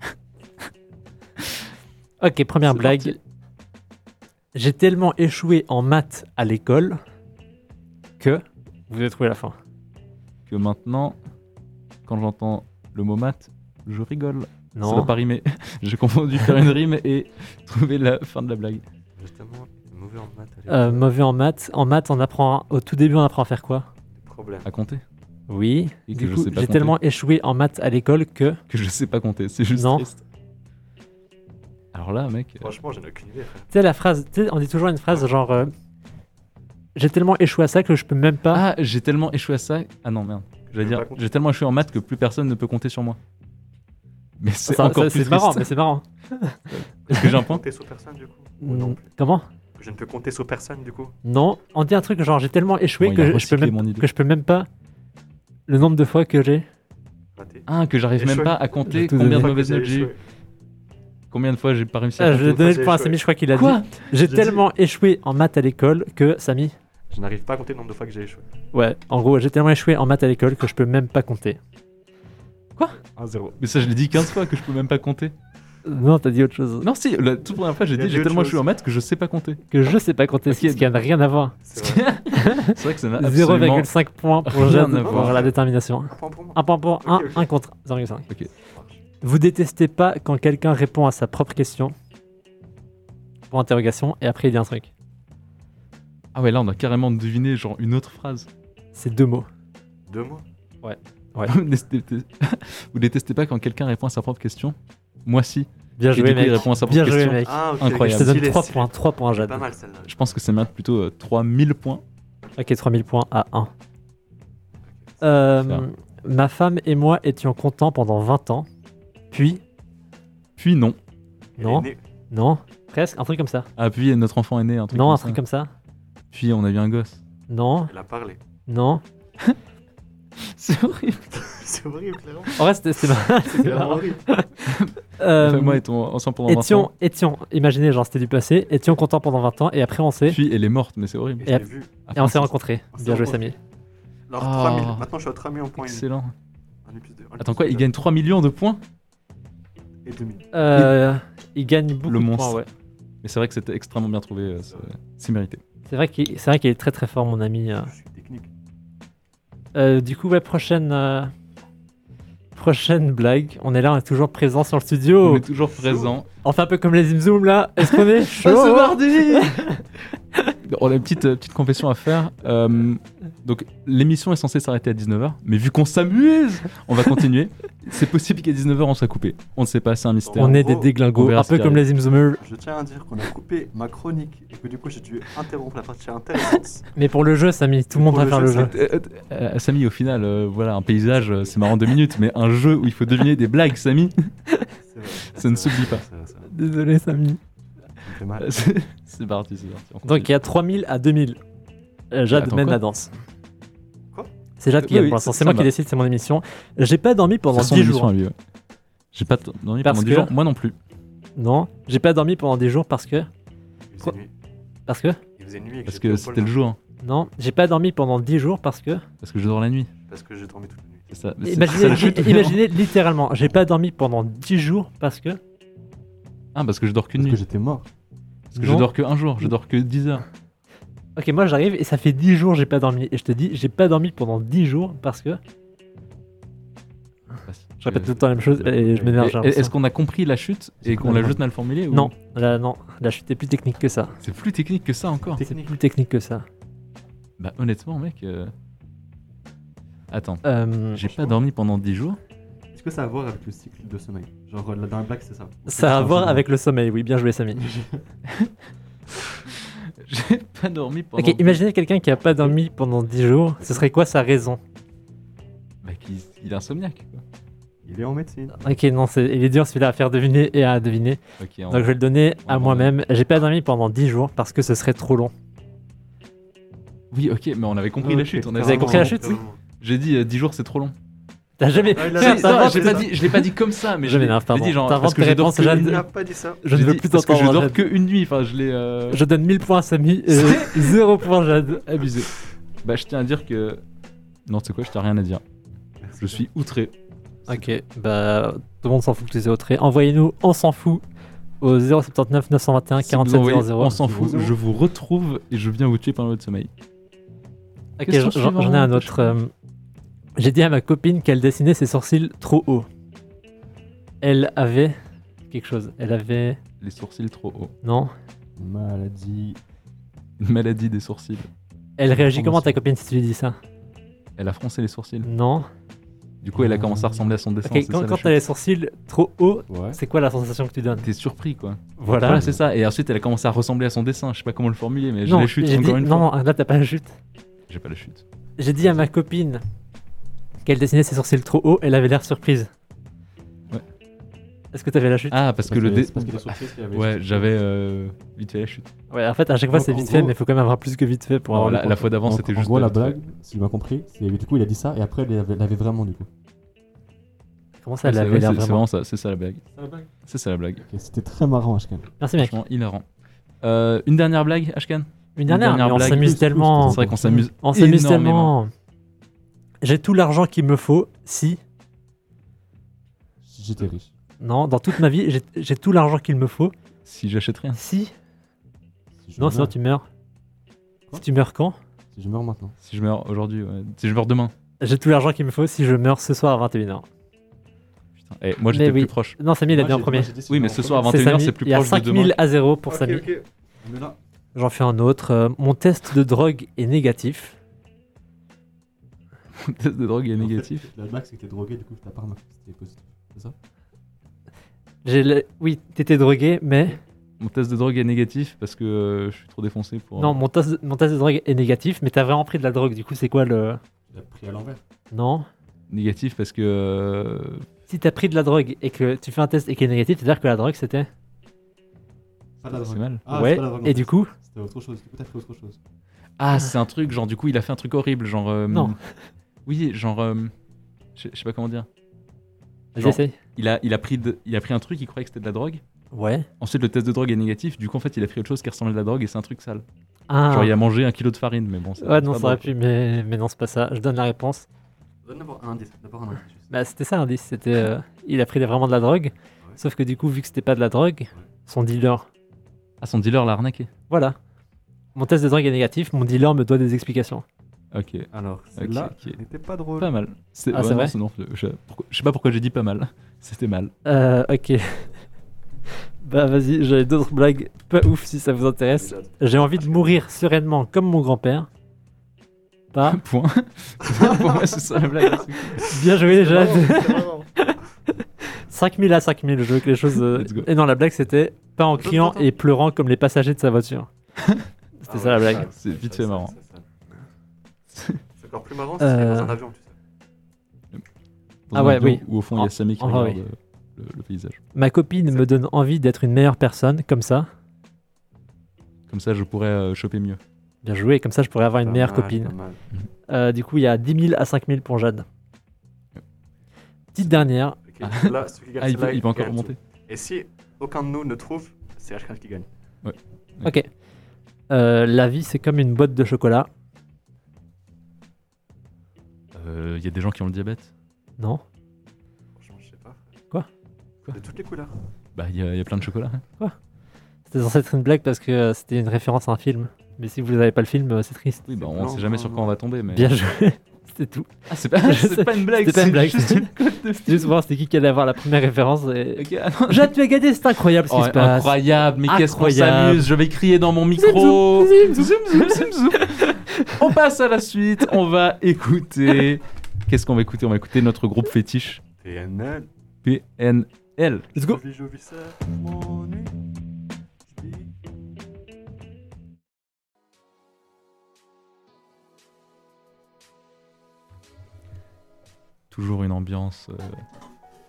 S4: Ok, première
S2: C'est
S4: blague.
S2: parti.
S4: J'ai tellement échoué en maths à l'école que vous avez trouvé la fin.
S2: Que maintenant, quand j'entends le mot maths, je rigole. Ça
S4: Non.
S2: va pas rimer. *laughs* J'ai confondu faire une rime
S4: *laughs*
S2: et trouver la fin de la blague.
S3: Justement, il est mauvais en maths. à l'époque.
S4: Euh, mauvais en maths. En maths, on apprend au tout début, on apprend à faire quoi
S3: Des problèmes.
S2: À compter
S4: Oui.
S2: Et que
S4: Du
S2: je
S4: coup,
S2: sais pas
S4: j'ai
S2: compter.
S4: tellement échoué en maths à l'école que
S2: Que je sais pas compter, c'est juste
S4: Non.
S2: triste. Alors là, mec, euh,
S3: Franchement, j'en ai aucune idée. frère.
S4: tu sais la phrase, tu sais, on dit toujours une phrase genre euh, j'ai tellement échoué à ça que je peux même pas.
S2: ah, j'ai tellement échoué à ça. Ah non, merde.
S3: peux
S2: J'allais dire,
S3: pas compter.
S2: j'ai tellement échoué en maths que plus personne ne peut compter sur moi. Mais c'est
S4: Ça-
S2: encore
S4: ça,
S2: plus
S4: c'est marrant, mais
S2: triste.
S4: c'est marrant.
S2: Est-ce que j'ai
S4: *laughs*
S2: un point
S3: Compter sur personne du coup Ou
S4: Mm,
S3: non plus
S4: Comment
S3: Je ne peux compter sur personne du coup.
S4: Non, on dit un truc genre j'ai tellement échoué
S2: Bon, il a
S4: que je- je peux
S2: recyclé
S4: même
S2: mon idée.
S4: que je peux même pas le nombre de fois que j'ai.
S3: Raté.
S2: Ah, que j'arrive même
S3: Échoué.
S2: pas à
S4: J'ai
S2: compter
S4: tout
S2: combien
S4: donné.
S2: de
S3: Pas que
S2: mauvaises
S3: j'ai
S2: notes j'ai eu.
S3: échoué.
S2: Combien de fois j'ai pas réussi
S4: Ah,
S2: à
S4: je vais
S3: fois,
S4: donner
S3: j'ai
S4: le point à
S3: échoué.
S4: Samy, je crois qu'il a dit.
S2: Quoi
S4: J'ai
S3: dit-
S4: tellement échoué en maths à l'école que Samy.
S3: Je n'arrive pas à compter le nombre de fois que j'ai échoué.
S4: Ouais, en gros, j'ai tellement échoué en maths à l'école que je peux même pas compter.
S3: 1-0.
S2: Mais ça, je l'ai dit 15 fois que je peux même pas compter.
S4: Euh, Non, t'as dit autre chose.
S2: *laughs* Non, si, la toute première fois, j'ai
S3: Il y a
S2: dit
S3: dit
S2: j'ai
S3: autre
S2: tellement
S3: chose.
S2: échoué en maths que je sais pas
S4: *laughs*
S2: compter.
S4: Que je sais pas compter,
S2: Ok,
S4: ce qui n'a rien à voir.
S3: C'est
S4: *laughs*
S3: vrai.
S2: C'est vrai que ça n'a Bah, absolument
S4: 0,5 points pour
S2: rien
S4: Jade
S2: à
S4: pour
S2: voir.
S4: la détermination.
S3: Un point pour moi.
S4: 1 point pour
S3: Ok,
S4: 1,
S3: ok.
S4: 1 contre 0,5.
S2: Ok.
S4: Vous détestez pas quand quelqu'un répond à sa propre question pour interrogation et après il dit un truc.
S2: Ah ouais, là, on a carrément deviné genre une autre phrase. *laughs*
S4: C'est deux mots.
S3: Deux mois.
S4: Ouais.
S2: Vous détestez- Vous détestez pas quand quelqu'un répond à sa propre question Moi, si.
S4: Bien
S2: Et
S4: joué,
S2: du coup, il
S4: mec.
S2: répond à sa propre
S4: Bien joué,
S2: question.
S4: mec.
S3: Ah, ok.
S2: Incroyable.
S4: Je te donne
S3: Stylé,
S4: 3
S3: stylé.
S4: points, 3 points,
S3: C'est
S4: Jade.
S3: Pas mal celle-là.
S2: Je pense que c'est maintenant plutôt euh, 3000 points.
S4: Ok, 3000 points à 1.
S2: Faire.
S4: ma femme et moi étions contents pendant 20 ans. Puis,
S2: Puis non.
S4: non,
S3: Elle est née-
S4: non, presque, un truc comme ça.
S2: Ah, puis notre enfant est né, un truc
S4: non,
S2: comme
S4: un truc
S2: ça.
S4: comme ça.
S2: Puis on a eu un gosse.
S4: Non,
S3: Elle a parlé.
S4: non.
S2: *laughs* C'est horrible.
S3: C'est horrible, clairement.
S4: En vrai, c'était- c'était marrant,
S3: C'est
S4: c'était marrant.
S3: vraiment horrible.
S4: Euh,
S2: Enfin, moi et ton ensemble pendant 20
S4: étions,
S2: ans.
S4: étions, imaginez, genre c'était du passé, étions contents pendant 20 ans et après on s'est.
S2: Puis elle est morte, mais c'est horrible.
S3: Et
S4: Et
S3: je l'ai vu.
S2: Ah,
S4: Et on s'est
S2: Francis, *laughs*
S4: rencontrés.
S3: On s'est
S4: Bien joué,
S3: rencontrés.
S4: Samy.
S3: Alors,
S2: Ah.
S4: Oh.
S3: 3000. Maintenant, je suis à 3000 en points.
S2: Excellent.
S3: Un épisode deux, un
S2: Attends
S3: épisode
S2: quoi, il
S3: deux.
S2: gagne 3 millions de points
S3: Et 2000.
S4: Euh, il gagne beaucoup
S2: Le
S4: de
S2: monstre.
S4: points, ouais.
S2: Mais c'est vrai que c'était extrêmement bien trouvé, euh, c'est- c'est mérité.
S4: C'est vrai qu'il c'est vrai qu'il est très très fort, mon ami.
S2: Ah.
S4: euh.
S3: Je suis technique.
S4: Euh, du coup, ouais, prochaine. euh, Prochaine blague, on est là, on est toujours présent sur le
S2: On
S4: studio.
S2: est toujours présent.
S4: On fait un peu comme les Zimzoom là. Est-ce qu'on
S2: *laughs*
S4: est chaud
S2: On a une petite, euh, petite confession à faire. Euh, donc, l'émission est censée s'arrêter à 19h, mais vu qu'on s'amuse, on
S4: *laughs*
S2: va continuer. C'est possible qu'à 19h, on soit coupé. On ne sait pas, c'est un mystère.
S4: On est des
S3: gros,
S2: on
S4: déglingos,
S2: verra
S4: un
S2: ce
S4: peu
S2: qui
S4: comme les Zimzoomers,
S3: Je tiens à dire qu'on a coupé ma chronique et que du coup, j'ai dû interrompre la
S2: *laughs*
S3: partie intéressante.
S4: mais pour le jeu, Samy, tout le monde va
S3: Pour le
S4: faire le
S3: jeu,
S4: jeu.
S2: Euh, euh, euh, Samy, au final, euh, voilà, un paysage, euh, c'est marrant deux minutes, mais un jeu où il faut deviner des blagues, Samy, *laughs*
S3: C'est vrai.
S2: ça ne
S3: C'est
S2: s'oublie
S3: vrai,
S2: pas.
S3: c'est vrai, c'est vrai.
S4: Désolé, Samy.
S3: fait mal.
S2: C'est c'est parti, c'est parti. on continue.
S4: Donc il y a 3000 à 2000. Euh, Jade
S2: Attends,
S4: mène
S2: quoi
S4: la danse.
S3: Quoi
S4: C'est Jade qui
S2: Oui,
S4: gagne
S2: oui,
S4: pour l'instant.
S2: ça-
S4: C'est
S2: ça
S4: moi qui
S2: va.
S4: décide, c'est mon émission. J'ai pas dormi pendant
S2: C'est son
S4: 10
S2: émission
S4: jours.
S2: à lui, ouais. J'ai pas t- dormi
S4: Parce
S2: pendant 10
S4: que-
S2: jours, moi non plus.
S4: Non, j'ai pas dormi pendant 10 jours parce que.
S3: Il
S4: Quoi
S3: faisait nuit.
S4: Parce que.
S3: Il faisait nuit et
S2: Parce
S3: j'étais
S2: que
S3: au
S2: c'était
S3: pôle
S2: le jour, hein.
S4: Non, j'ai pas dormi pendant 10 jours parce que.
S2: parce que je dors la nuit.
S3: Nord, Parce que j'ai dormi toute la nuit.
S2: C'est ça. mais c'est- ça,
S4: Imaginez,
S2: la chute.
S4: imaginez littéralement, j'ai pas dormi pendant 10 jours parce que.
S2: Ah, parce que je dors qu'une
S7: Parce que
S2: nuit.
S7: j'étais mort.
S2: Parce que je dors que un jour, je dors que 10 heures.
S4: Ok, moi j'arrive et ça fait 10 jours j'ai pas dormi. Et je te dis, j'ai pas dormi pendant 10 jours parce que. Je répète tout le temps la même chose et je m'énerve. j'ai
S2: Et- Est-ce
S4: l'impression.
S2: qu'on a compris la chute et qu'on l'a juste mal formulée ou-
S4: Non, là, non, la chute est plus technique que ça.
S2: C'est plus technique que ça encore.
S4: C'est plus technique que ça.
S2: Bah honnêtement mec, euh, attends,
S4: Euh,
S2: j'ai pas dormi pendant 10 jours. *laughs*
S7: Est-ce que ça a à voir avec le cycle de sommeil Genre, euh, la dernière blague, c'est ça.
S4: ça a à voir avec le sommeil, oui, bien joué Samy.
S2: J'ai pas dormi pendant.
S4: Ok, imaginez quelqu'un qui a pas dormi pendant 10 jours, ce serait quoi sa raison
S2: Bah qu'il il est insomniaque. Quoi.
S7: Il est en médecine.
S4: Ok, non, c'est- il est dur celui-là à faire deviner et à deviner.
S2: Ok. on-
S4: Donc je vais le donner
S2: on
S4: à
S2: en
S4: moi-même. J'ai pas dormi pendant 10 jours parce que ce serait trop long.
S2: Oui, ok, mais on avait compris la chute. On
S4: Vous avez
S2: avait...
S4: compris la chute,
S2: J'ai dit euh, 10 jours c'est trop long.
S4: T'as jamais.
S7: Ah, il a-
S4: Frère,
S7: si,
S4: t'as
S7: non,
S4: pas-
S2: j'ai pas dit, je l'ai pas dit comme ça, mais
S4: Je
S2: je l'ai-
S4: m'énerve,
S2: je l'ai
S4: pardon.
S2: dit genre
S4: T'inventes
S2: parce que
S4: tes
S2: je dors
S4: réponses,
S2: que
S4: Jeanne.
S2: une-
S3: Il n'a pas dit ça.
S4: *laughs* Je ne
S2: j'ai
S4: veux
S2: dit
S4: plus
S2: parce que je
S4: t'entendre,
S2: dors
S4: Jade.
S2: que une nuit. Enfin, je l'ai euh,
S4: Je donne 1000 points à Samy et *laughs* 0 points à Jade.
S2: abusé. Bah je tiens à dire que non, tu sais quoi, je t'ai rien à dire. Je suis outré.
S4: Ok, bah tout le monde s'en fout que tu sois au trait. Envoyez-nous, on s'en fout au 079 921
S2: Si vous envoyez,
S4: 47
S2: on s'en fout. Je vous retrouve et je viens vous tuer pendant votre sommeil.
S4: Ok,
S2: Question
S4: j'en- j'en j'en ai un
S2: suivante.
S4: autre. euh, J'ai dit à ma copine qu'elle dessinait ses sourcils trop haut. Elle avait quelque chose. Elle avait
S2: Les sourcils trop hauts.
S4: non.
S7: Maladie.
S2: Une maladie des sourcils.
S4: Elle réagit comment ta
S2: Information.
S4: copine si tu lui dis ça
S2: Elle a froncé les sourcils.
S4: Non.
S2: Du coup, elle a commencé à ressembler à son dessin.
S4: Ok,
S2: c'est ça,
S4: quand,
S2: la
S4: quand
S2: chute.
S4: t'as les sourcils trop hauts,
S7: Ouais.
S4: c'est quoi la sensation que tu donnes
S2: T'es surpris, quoi.
S4: Voilà.
S2: Voilà, c'est ça. Et ensuite, elle a commencé à ressembler à son dessin. Je sais pas comment le formuler, mais j'ai
S4: non,
S2: la chute
S4: j'ai
S2: encore
S4: dit-
S2: une fois.
S4: non, là t'as pas la chute.
S2: J'ai pas la chute.
S4: J'ai dit à ma copine qu'elle dessinait ses sourcils trop hauts. Elle avait l'air surprise.
S2: Ouais.
S4: Est-ce que t'avais la chute
S2: Ah, parce que le.
S7: dé.
S2: dé-
S7: Parce qu'il est surpris qu'il y avait.
S2: Ouais, j'avais euh, vite fait la chute.
S4: Ouais. En fait, à chaque fois
S7: Donc,
S4: c'est
S7: en
S4: vite fait,
S7: gros-
S4: mais il faut quand même avoir plus que vite fait pour.
S2: Alors,
S4: avoir le
S2: la, la fois d'avant,
S7: Donc,
S2: c'était
S7: en
S2: juste.
S7: gros, la
S2: vite fait.
S7: blague, s'il m'a compris, c'est du coup, il a dit ça et après, il avait, l'avait vraiment, du coup.
S4: point. Comment ça,
S2: Ouais,
S4: elle
S2: C'est
S4: avait
S2: ouais,
S4: l'air
S2: c'est- c'est
S4: vraiment
S2: vraiment ça. C'est ça la blague. C'est ça la blague.
S7: Ok, C'était très marrant, Ashkan.
S4: Merci mec.
S2: Franchement, hilarant. Euh, une dernière blague, Ashkan
S4: Une dernière,
S2: dernière
S4: mais on
S2: blague.
S4: s'amuse
S7: Plus, plus,
S4: tellement.
S2: *laughs* C'est vrai qu'on s'amuse.
S4: On s'amuse
S2: énormément.
S4: tellement. J'ai tout l'argent qu'il me faut si.
S7: J'étais riche.
S4: Non, dans toute ma vie, j'ai- j'ai tout l'argent qu'il me faut
S2: Si j'achète rien.
S4: si.
S7: Si je
S4: Non,
S7: meurs-
S4: sinon tu meurs.
S7: Quoi
S4: Si tu meurs quand
S7: Si je meurs maintenant.
S2: Si je meurs aujourd'hui, ouais. si je meurs demain.
S4: J'ai tout l'argent qu'il me faut si je meurs ce soir à 21h.
S2: Putain. Eh, moi,
S4: Mais
S2: j'étais
S4: oui.
S2: plus proche.
S4: Non, Samy, il a dit en premier.
S2: Oui, mais ce soir, à
S4: C'est
S2: 21h,
S4: Samy.
S2: c'est plus
S4: Il y a
S2: proche de
S4: 5000
S2: demain.
S4: à 0 pour Samy.
S3: ok.
S7: Mais là,
S4: J'en fais un autre. Euh, mon test de drogue est négatif.
S2: Mon test de drogue est
S7: en fait,
S2: négatif.
S7: La blague, c'est que t'es drogué, du coup, t'as pas remarqué que c'était positif.
S4: J'ai le- Oui, t'étais drogué, mais.
S2: Mon test de drogue est négatif parce que euh, je suis trop défoncé pour. euh,
S4: Non, mon test, mon test de drogue est négatif, mais t'as vraiment pris de la drogue. Du coup, c'est quoi le.
S7: Tu l'as pris à l'envers.
S4: Non
S2: Négatif parce que. euh,
S4: Si t'as pris de la drogue et que tu fais un test et qu'il est négatif, c'est-à-dire que la drogue c'était.
S7: Pas la
S2: C'est
S7: drogue.
S2: mal.
S7: Ah, c'est
S4: ouais,
S7: pas la drogue, en
S4: et
S7: fait.
S4: du coup.
S7: C'était autre chose. Du coup, t'as pris autre chose.
S2: Ah, c'est un truc, genre, du coup, il a fait un truc horrible, genre. euh,
S4: Non.
S2: *laughs* Oui, genre. euh, Je je sais pas comment dire.
S4: Vas-y,
S2: Genre-
S4: essaye.
S2: Il a, il, a pris de- il a pris un truc, il croyait que c'était de la drogue.
S4: Ouais.
S2: Ensuite, le test de drogue est négatif. Du coup, en fait, il a pris autre chose qui ressemblait à de la drogue et c'est un truc sale.
S4: Ah.
S2: Genre, il a mangé un kilo de farine, mais bon. c'est-
S4: Ouais,
S2: c'est
S4: non,
S2: pas
S4: ça aurait
S2: drôle.
S4: pu, mais, mais non, c'est pas ça. Je donne la réponse.
S7: Donne d'abord un indice. D'abord un indice. juste.
S4: Bah, c'était ça l'indice. C'était. euh, il a pris vraiment de la drogue.
S7: Ouais.
S4: Sauf que du coup, vu que c'était pas de la drogue,
S7: Ouais.
S4: son dealer.
S2: Ah, son dealer l'a arnaqué.
S4: Voilà. Mon test de drogue est négatif, mon dealer me doit des explications.
S2: Ok,
S7: Alors,
S2: Ok,
S7: là,
S2: ok.
S7: n'était pas drôle.
S2: pas mal. C'est
S4: Ah, c'est
S2: non,
S4: vrai
S2: non, je, pourquoi- je sais pas pourquoi j'ai dit pas mal. *laughs*
S4: *laughs*
S2: C'était mal.
S4: Euh, ok. bah, vas-y, j'avais d'autres blagues pas ouf si ça vous intéresse. J'ai envie de mourir sereinement comme mon grand-père. Pas.
S2: Point. Pour moi, c'est ça la blague.
S4: Bien joué, Jade.
S3: Jade.
S4: *laughs* 5000 à 5000, je veux que les choses. euh,
S2: Let's go.
S4: Et non, la blague c'était pas en criant
S3: attends.
S4: et pleurant comme les passagers de sa
S3: *laughs*
S4: voiture.
S3: Ah
S4: c'était ça la blague.
S2: C'est vite fait marrant.
S4: *laughs*
S3: C'est encore plus marrant si c'est
S4: Euh.
S3: dans un avion, tu sais.
S2: Dans
S4: Ah
S2: un
S4: ouais,
S2: avion
S4: oui.
S2: Où au fond, il y a Samy qui
S4: en- en
S2: regarde
S4: vrai,
S2: euh, le, le paysage.
S4: Ma copine me donne envie d'être une meilleure personne, comme ça.
S2: Comme ça, je pourrais euh, choper mieux.
S4: Bien joué, comme ça je pourrais avoir une
S3: Pas
S4: meilleure
S3: mal,
S4: copine.
S3: pas mal.
S4: Euh, du coup, il y a 10 000 à 5 000 pour Jade. Petite dernière. *laughs*
S3: Ok, là, celui qui gagne
S2: Ah, il
S3: celle-là,
S2: peut, il peut encore
S3: gagne tout.
S2: remonter.
S3: Et si aucun de nous ne trouve, c'est Ashkan qui gagne.
S4: Ok. Euh, la vie, c'est comme une boîte de chocolat.
S2: Euh, Il y a des gens qui ont le diabète.
S4: Non
S3: Franchement, je sais pas.
S4: Quoi Quoi
S3: De toutes les couleurs.
S2: Bah, il y, a- il y a plein de chocolat. *laughs* hein.
S4: C'était censé être une blague parce que euh, c'était une référence à un film. Mais si vous n'avez pas le film, euh, c'est triste.
S2: Oui, bah, on
S3: blanc,
S2: sait jamais
S3: blanc,
S2: sur quoi on va tomber. Mais...
S4: Bien joué. *laughs* C'était tout. *laughs*
S2: Ah, c'est pas, *laughs*
S4: Je
S2: c'est pas une blague.
S4: C'était pas une blague. *laughs*
S2: juste une cote de
S4: Juste voir c'était qui qui allait avoir la première référence. Et...
S2: Ok, ah non,
S4: Jade, tu as gagné, c'est incroyable ce qui
S2: Oh,
S4: se passe.
S2: incroyable, mais qu'est-ce qu'on
S4: Incroyable.
S2: s'amuse, je vais crier dans mon
S4: Zoom,
S2: micro. *laughs*
S4: zoom, zoom,
S2: Zoom, zoom, zoom, zoom. On passe à la suite, on va
S4: *laughs*
S2: écouter. Qu'est-ce qu'on va écouter On va écouter notre groupe fétiche
S3: PNL.
S2: PNL.
S4: Let's go.
S3: Je vis, je vis ça, mon nuit. Je vis.
S2: Toujours une ambiance euh,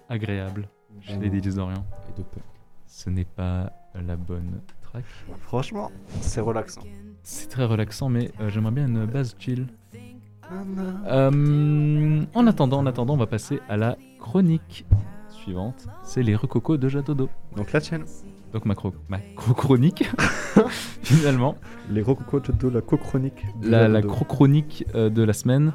S2: agréable chez les Délices d'Orient.
S8: Et de peur.
S2: Ce n'est pas euh, la bonne track.
S3: Franchement, c'est
S9: hein.
S3: relaxant.
S2: C'est très relaxant, mais euh, j'aimerais bien une base chill. Euh, en attendant, en attendant, on va passer à la chronique suivante. C'est les recocos de Jadodo.
S3: Donc la tienne.
S2: Donc ma, cro- ma
S8: *laughs*
S2: chronique finalement.
S3: Les Rococo de la co-chronique.
S2: La, la chronique de la semaine.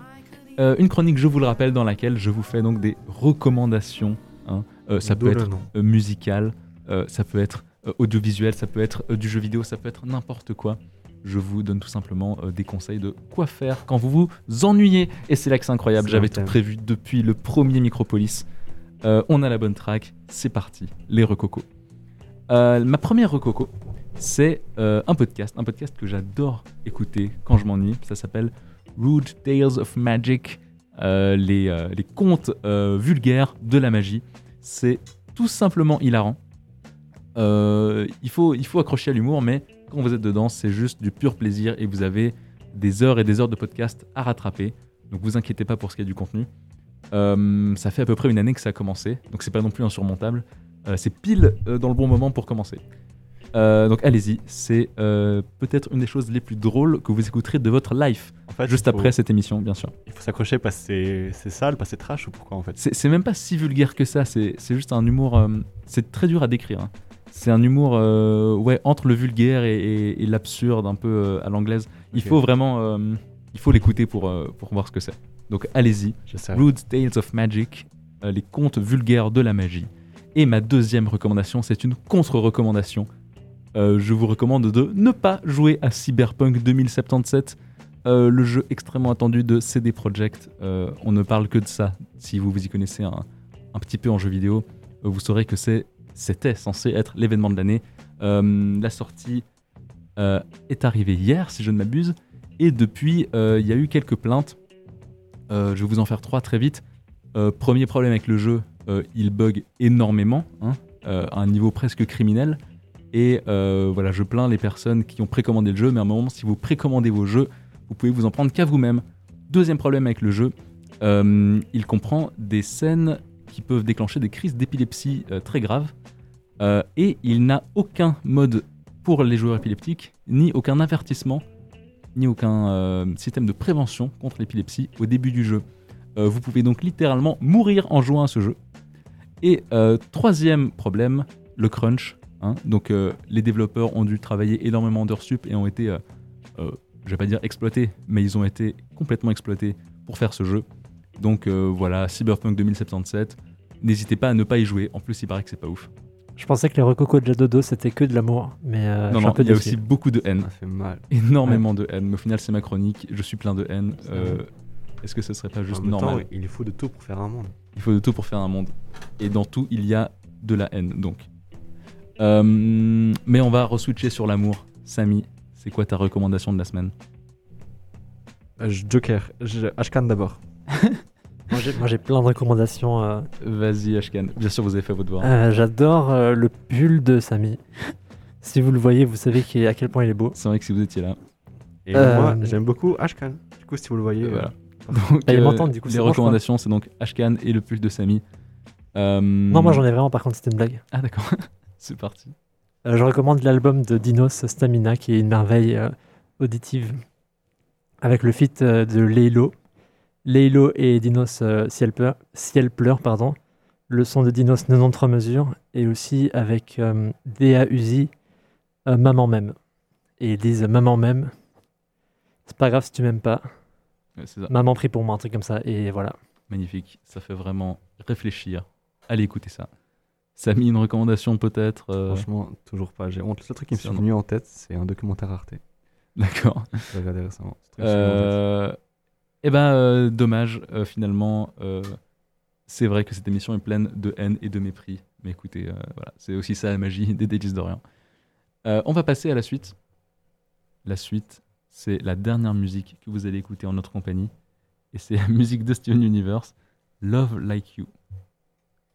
S2: Euh, une chronique, je vous le rappelle, dans laquelle je vous fais donc des recommandations. hein. Euh, ça peut être euh, musical, euh, ça peut être euh, audiovisuel, ça peut être euh, du jeu vidéo, ça peut être n'importe quoi. Je vous donne tout simplement euh, des conseils de quoi faire quand vous vous ennuyez. Et c'est là que c'est incroyable,
S3: C'est
S2: j'avais
S3: un
S2: tout
S3: thème.
S2: prévu depuis le premier Micropolis. Euh, on a la bonne track, c'est parti, les recocos. Euh, ma première recoco, c'est euh, un podcast, un podcast que j'adore écouter quand je m'ennuie. Ça s'appelle Rude Tales of Magic, euh, les, euh, les contes euh, vulgaires de la magie. C'est tout simplement hilarant. Euh, il, faut, il faut accrocher à l'humour, mais quand vous êtes dedans, c'est juste du pur plaisir et vous avez des heures et des heures de podcast à rattraper. Donc vous inquiétez pas pour ce qui est du contenu. Euh, ça fait à peu près une année que ça a commencé, donc c'est pas non plus insurmontable. Euh, c'est pile euh, dans le bon moment pour commencer. Euh, donc allez-y, c'est euh, peut-être une des choses les plus drôles que vous écouterez de votre life,
S9: En fait,
S2: juste
S9: il faut-
S2: après cette émission, bien sûr.
S9: Il faut s'accrocher parce que c'est- c'est sale, parce que c'est trash ou pourquoi en fait
S2: C'est c'est même pas si vulgaire que ça, c'est c'est juste un humour. euh, c'est très dur à décrire. hein. C'est un humour euh, ouais, entre le vulgaire et, et- et l'absurde, un peu euh, à l'anglaise. Il
S9: Ok.
S2: faut vraiment. euh, il faut l'écouter pour, euh, pour voir ce que c'est. Donc allez-y.
S9: J'essaie.
S2: Rude Tales of Magic, euh, les contes vulgaires de la magie. Et ma deuxième recommandation, c'est une contre-recommandation. Euh, je vous recommande de ne pas jouer à Cyberpunk 2077, euh, le jeu extrêmement attendu de CD Projekt. Euh, on ne parle que de ça. Si vous vous y connaissez un, un petit peu en jeu vidéo, euh, vous saurez que c'est- c'était censé être l'événement de l'année. Euh, la sortie euh, est arrivée hier, si je ne m'abuse, et depuis, euh, il y a eu quelques plaintes. Euh, je vais vous en faire trois très vite. Euh, premier problème avec le jeu, euh, il bug énormément, hein, euh, à un niveau presque criminel. Et euh, voilà, je plains les personnes qui ont précommandé le jeu, mais à un moment, si vous précommandez vos jeux, vous pouvez vous en prendre qu'à vous-même. Deuxième problème avec le jeu, euh, il comprend des scènes qui peuvent déclencher des crises d'épilepsie euh, très graves. Euh, et il n'a aucun mode pour les joueurs épileptiques, ni aucun avertissement, ni aucun euh, système de prévention contre l'épilepsie au début du jeu. Euh, vous pouvez donc littéralement mourir en jouant à ce jeu. Et euh, troisième problème, le crunch. hein. Donc euh, les développeurs ont dû travailler énormément d'heures sup et ont été, euh, euh, je vais pas dire exploités, mais ils ont été complètement exploités pour faire ce jeu. Donc euh, voilà, Cyberpunk 2077. N'hésitez pas à ne pas y jouer. En plus, il paraît que c'est pas ouf.
S4: Je pensais que les recocos de Jadodo c'était que de l'amour. Mais euh, je
S2: non,
S4: suis
S2: non,
S4: un peu
S2: il y a
S4: déçu.
S2: aussi beaucoup de haine
S3: Ça fait mal.
S2: énormément de haine, mais au final c'est ma chronique, je suis plein de haine. euh, Est-ce que ce serait pas juste
S3: en même temps,
S2: normal
S3: il faut de tout pour faire un monde.
S2: Il faut de tout pour faire un monde. Et dans tout, il y a de la haine, donc. Euh, mais on va re-switcher sur l'amour. Samy, c'est quoi ta recommandation de la semaine Euh,
S3: Joker, Ashkan d'abord.
S4: Moi, j'ai- Moi j'ai plein de recommandations. euh.
S2: Vas-y, Ashkan. Bien sûr, vous avez fait votre devoir.
S4: Euh, J'adore euh, le pull de Samy. Si vous le voyez, vous savez qu'il- à quel point il est beau.
S2: C'est vrai que si vous étiez là.
S3: Et
S4: Euh,
S3: moi, j'aime beaucoup Ashkan. Du coup, si vous le voyez,
S2: Et voilà.
S3: euh,
S2: Donc,
S4: Allez m'entendre, du coup,
S2: les
S4: c'est bon, je crois.
S2: recommandations, c'est donc Ashkan et le pull de Samy. Hmm.
S4: Non, moi j'en ai vraiment, par contre, c'était une blague.
S2: Ah, d'accord. *laughs* c'est parti.
S4: Euh, je recommande l'album de Dinos Stamina, qui est une merveille euh, auditive, avec le feat euh, de Leilo. Leilo et Dinos euh, si, elle pleure, si elle pleure, pardon. Le son de Dinos 93 mesures, et aussi avec euh, Dea Uzi, euh, Maman même. Et ils disent Maman même, c'est pas grave si tu m'aimes pas.
S2: Ouais, c'est ça.
S4: Maman prie pour moi, un truc comme ça, et voilà.
S2: Magnifique. Ça fait vraiment réfléchir. Allez écouter ça. Samy, une recommandation peut-être euh,
S9: Franchement, toujours pas. J'ai honte. Le seul truc qui me
S2: c'est
S9: suis
S2: un-
S9: venu en tête, c'est un documentaire Arte.
S2: D'accord.
S9: J'ai regardé récemment. C'est le truc qui me vient en
S2: Euh,
S9: tête.
S2: Eh ben, euh, dommage, euh, finalement. euh, c'est vrai que cette émission est pleine de haine et de mépris. Mais écoutez, euh, voilà, c'est aussi ça la magie des délices d'Orient. Euh, on va passer à la suite. La suite, c'est la dernière musique que vous allez écouter en notre compagnie. Et c'est la musique de Steven Universe, Love Like You,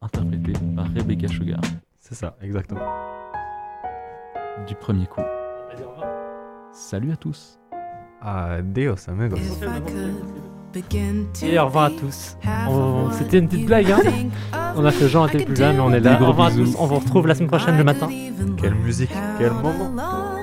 S2: interprétée par Rebecca Sugar
S9: C'est ça, exactement.
S2: du premier coup. Salut à tous.
S9: Ah, Adios, amigos.
S4: Et au revoir à tous. On- C'était une petite blague, hein On a fait Jean était plus là, mais on est là.
S2: Des gros
S4: au revoir à
S2: bisous.
S4: tous. On vous retrouve la semaine prochaine le matin.
S9: Quelle musique, quel moment.
S8: moment.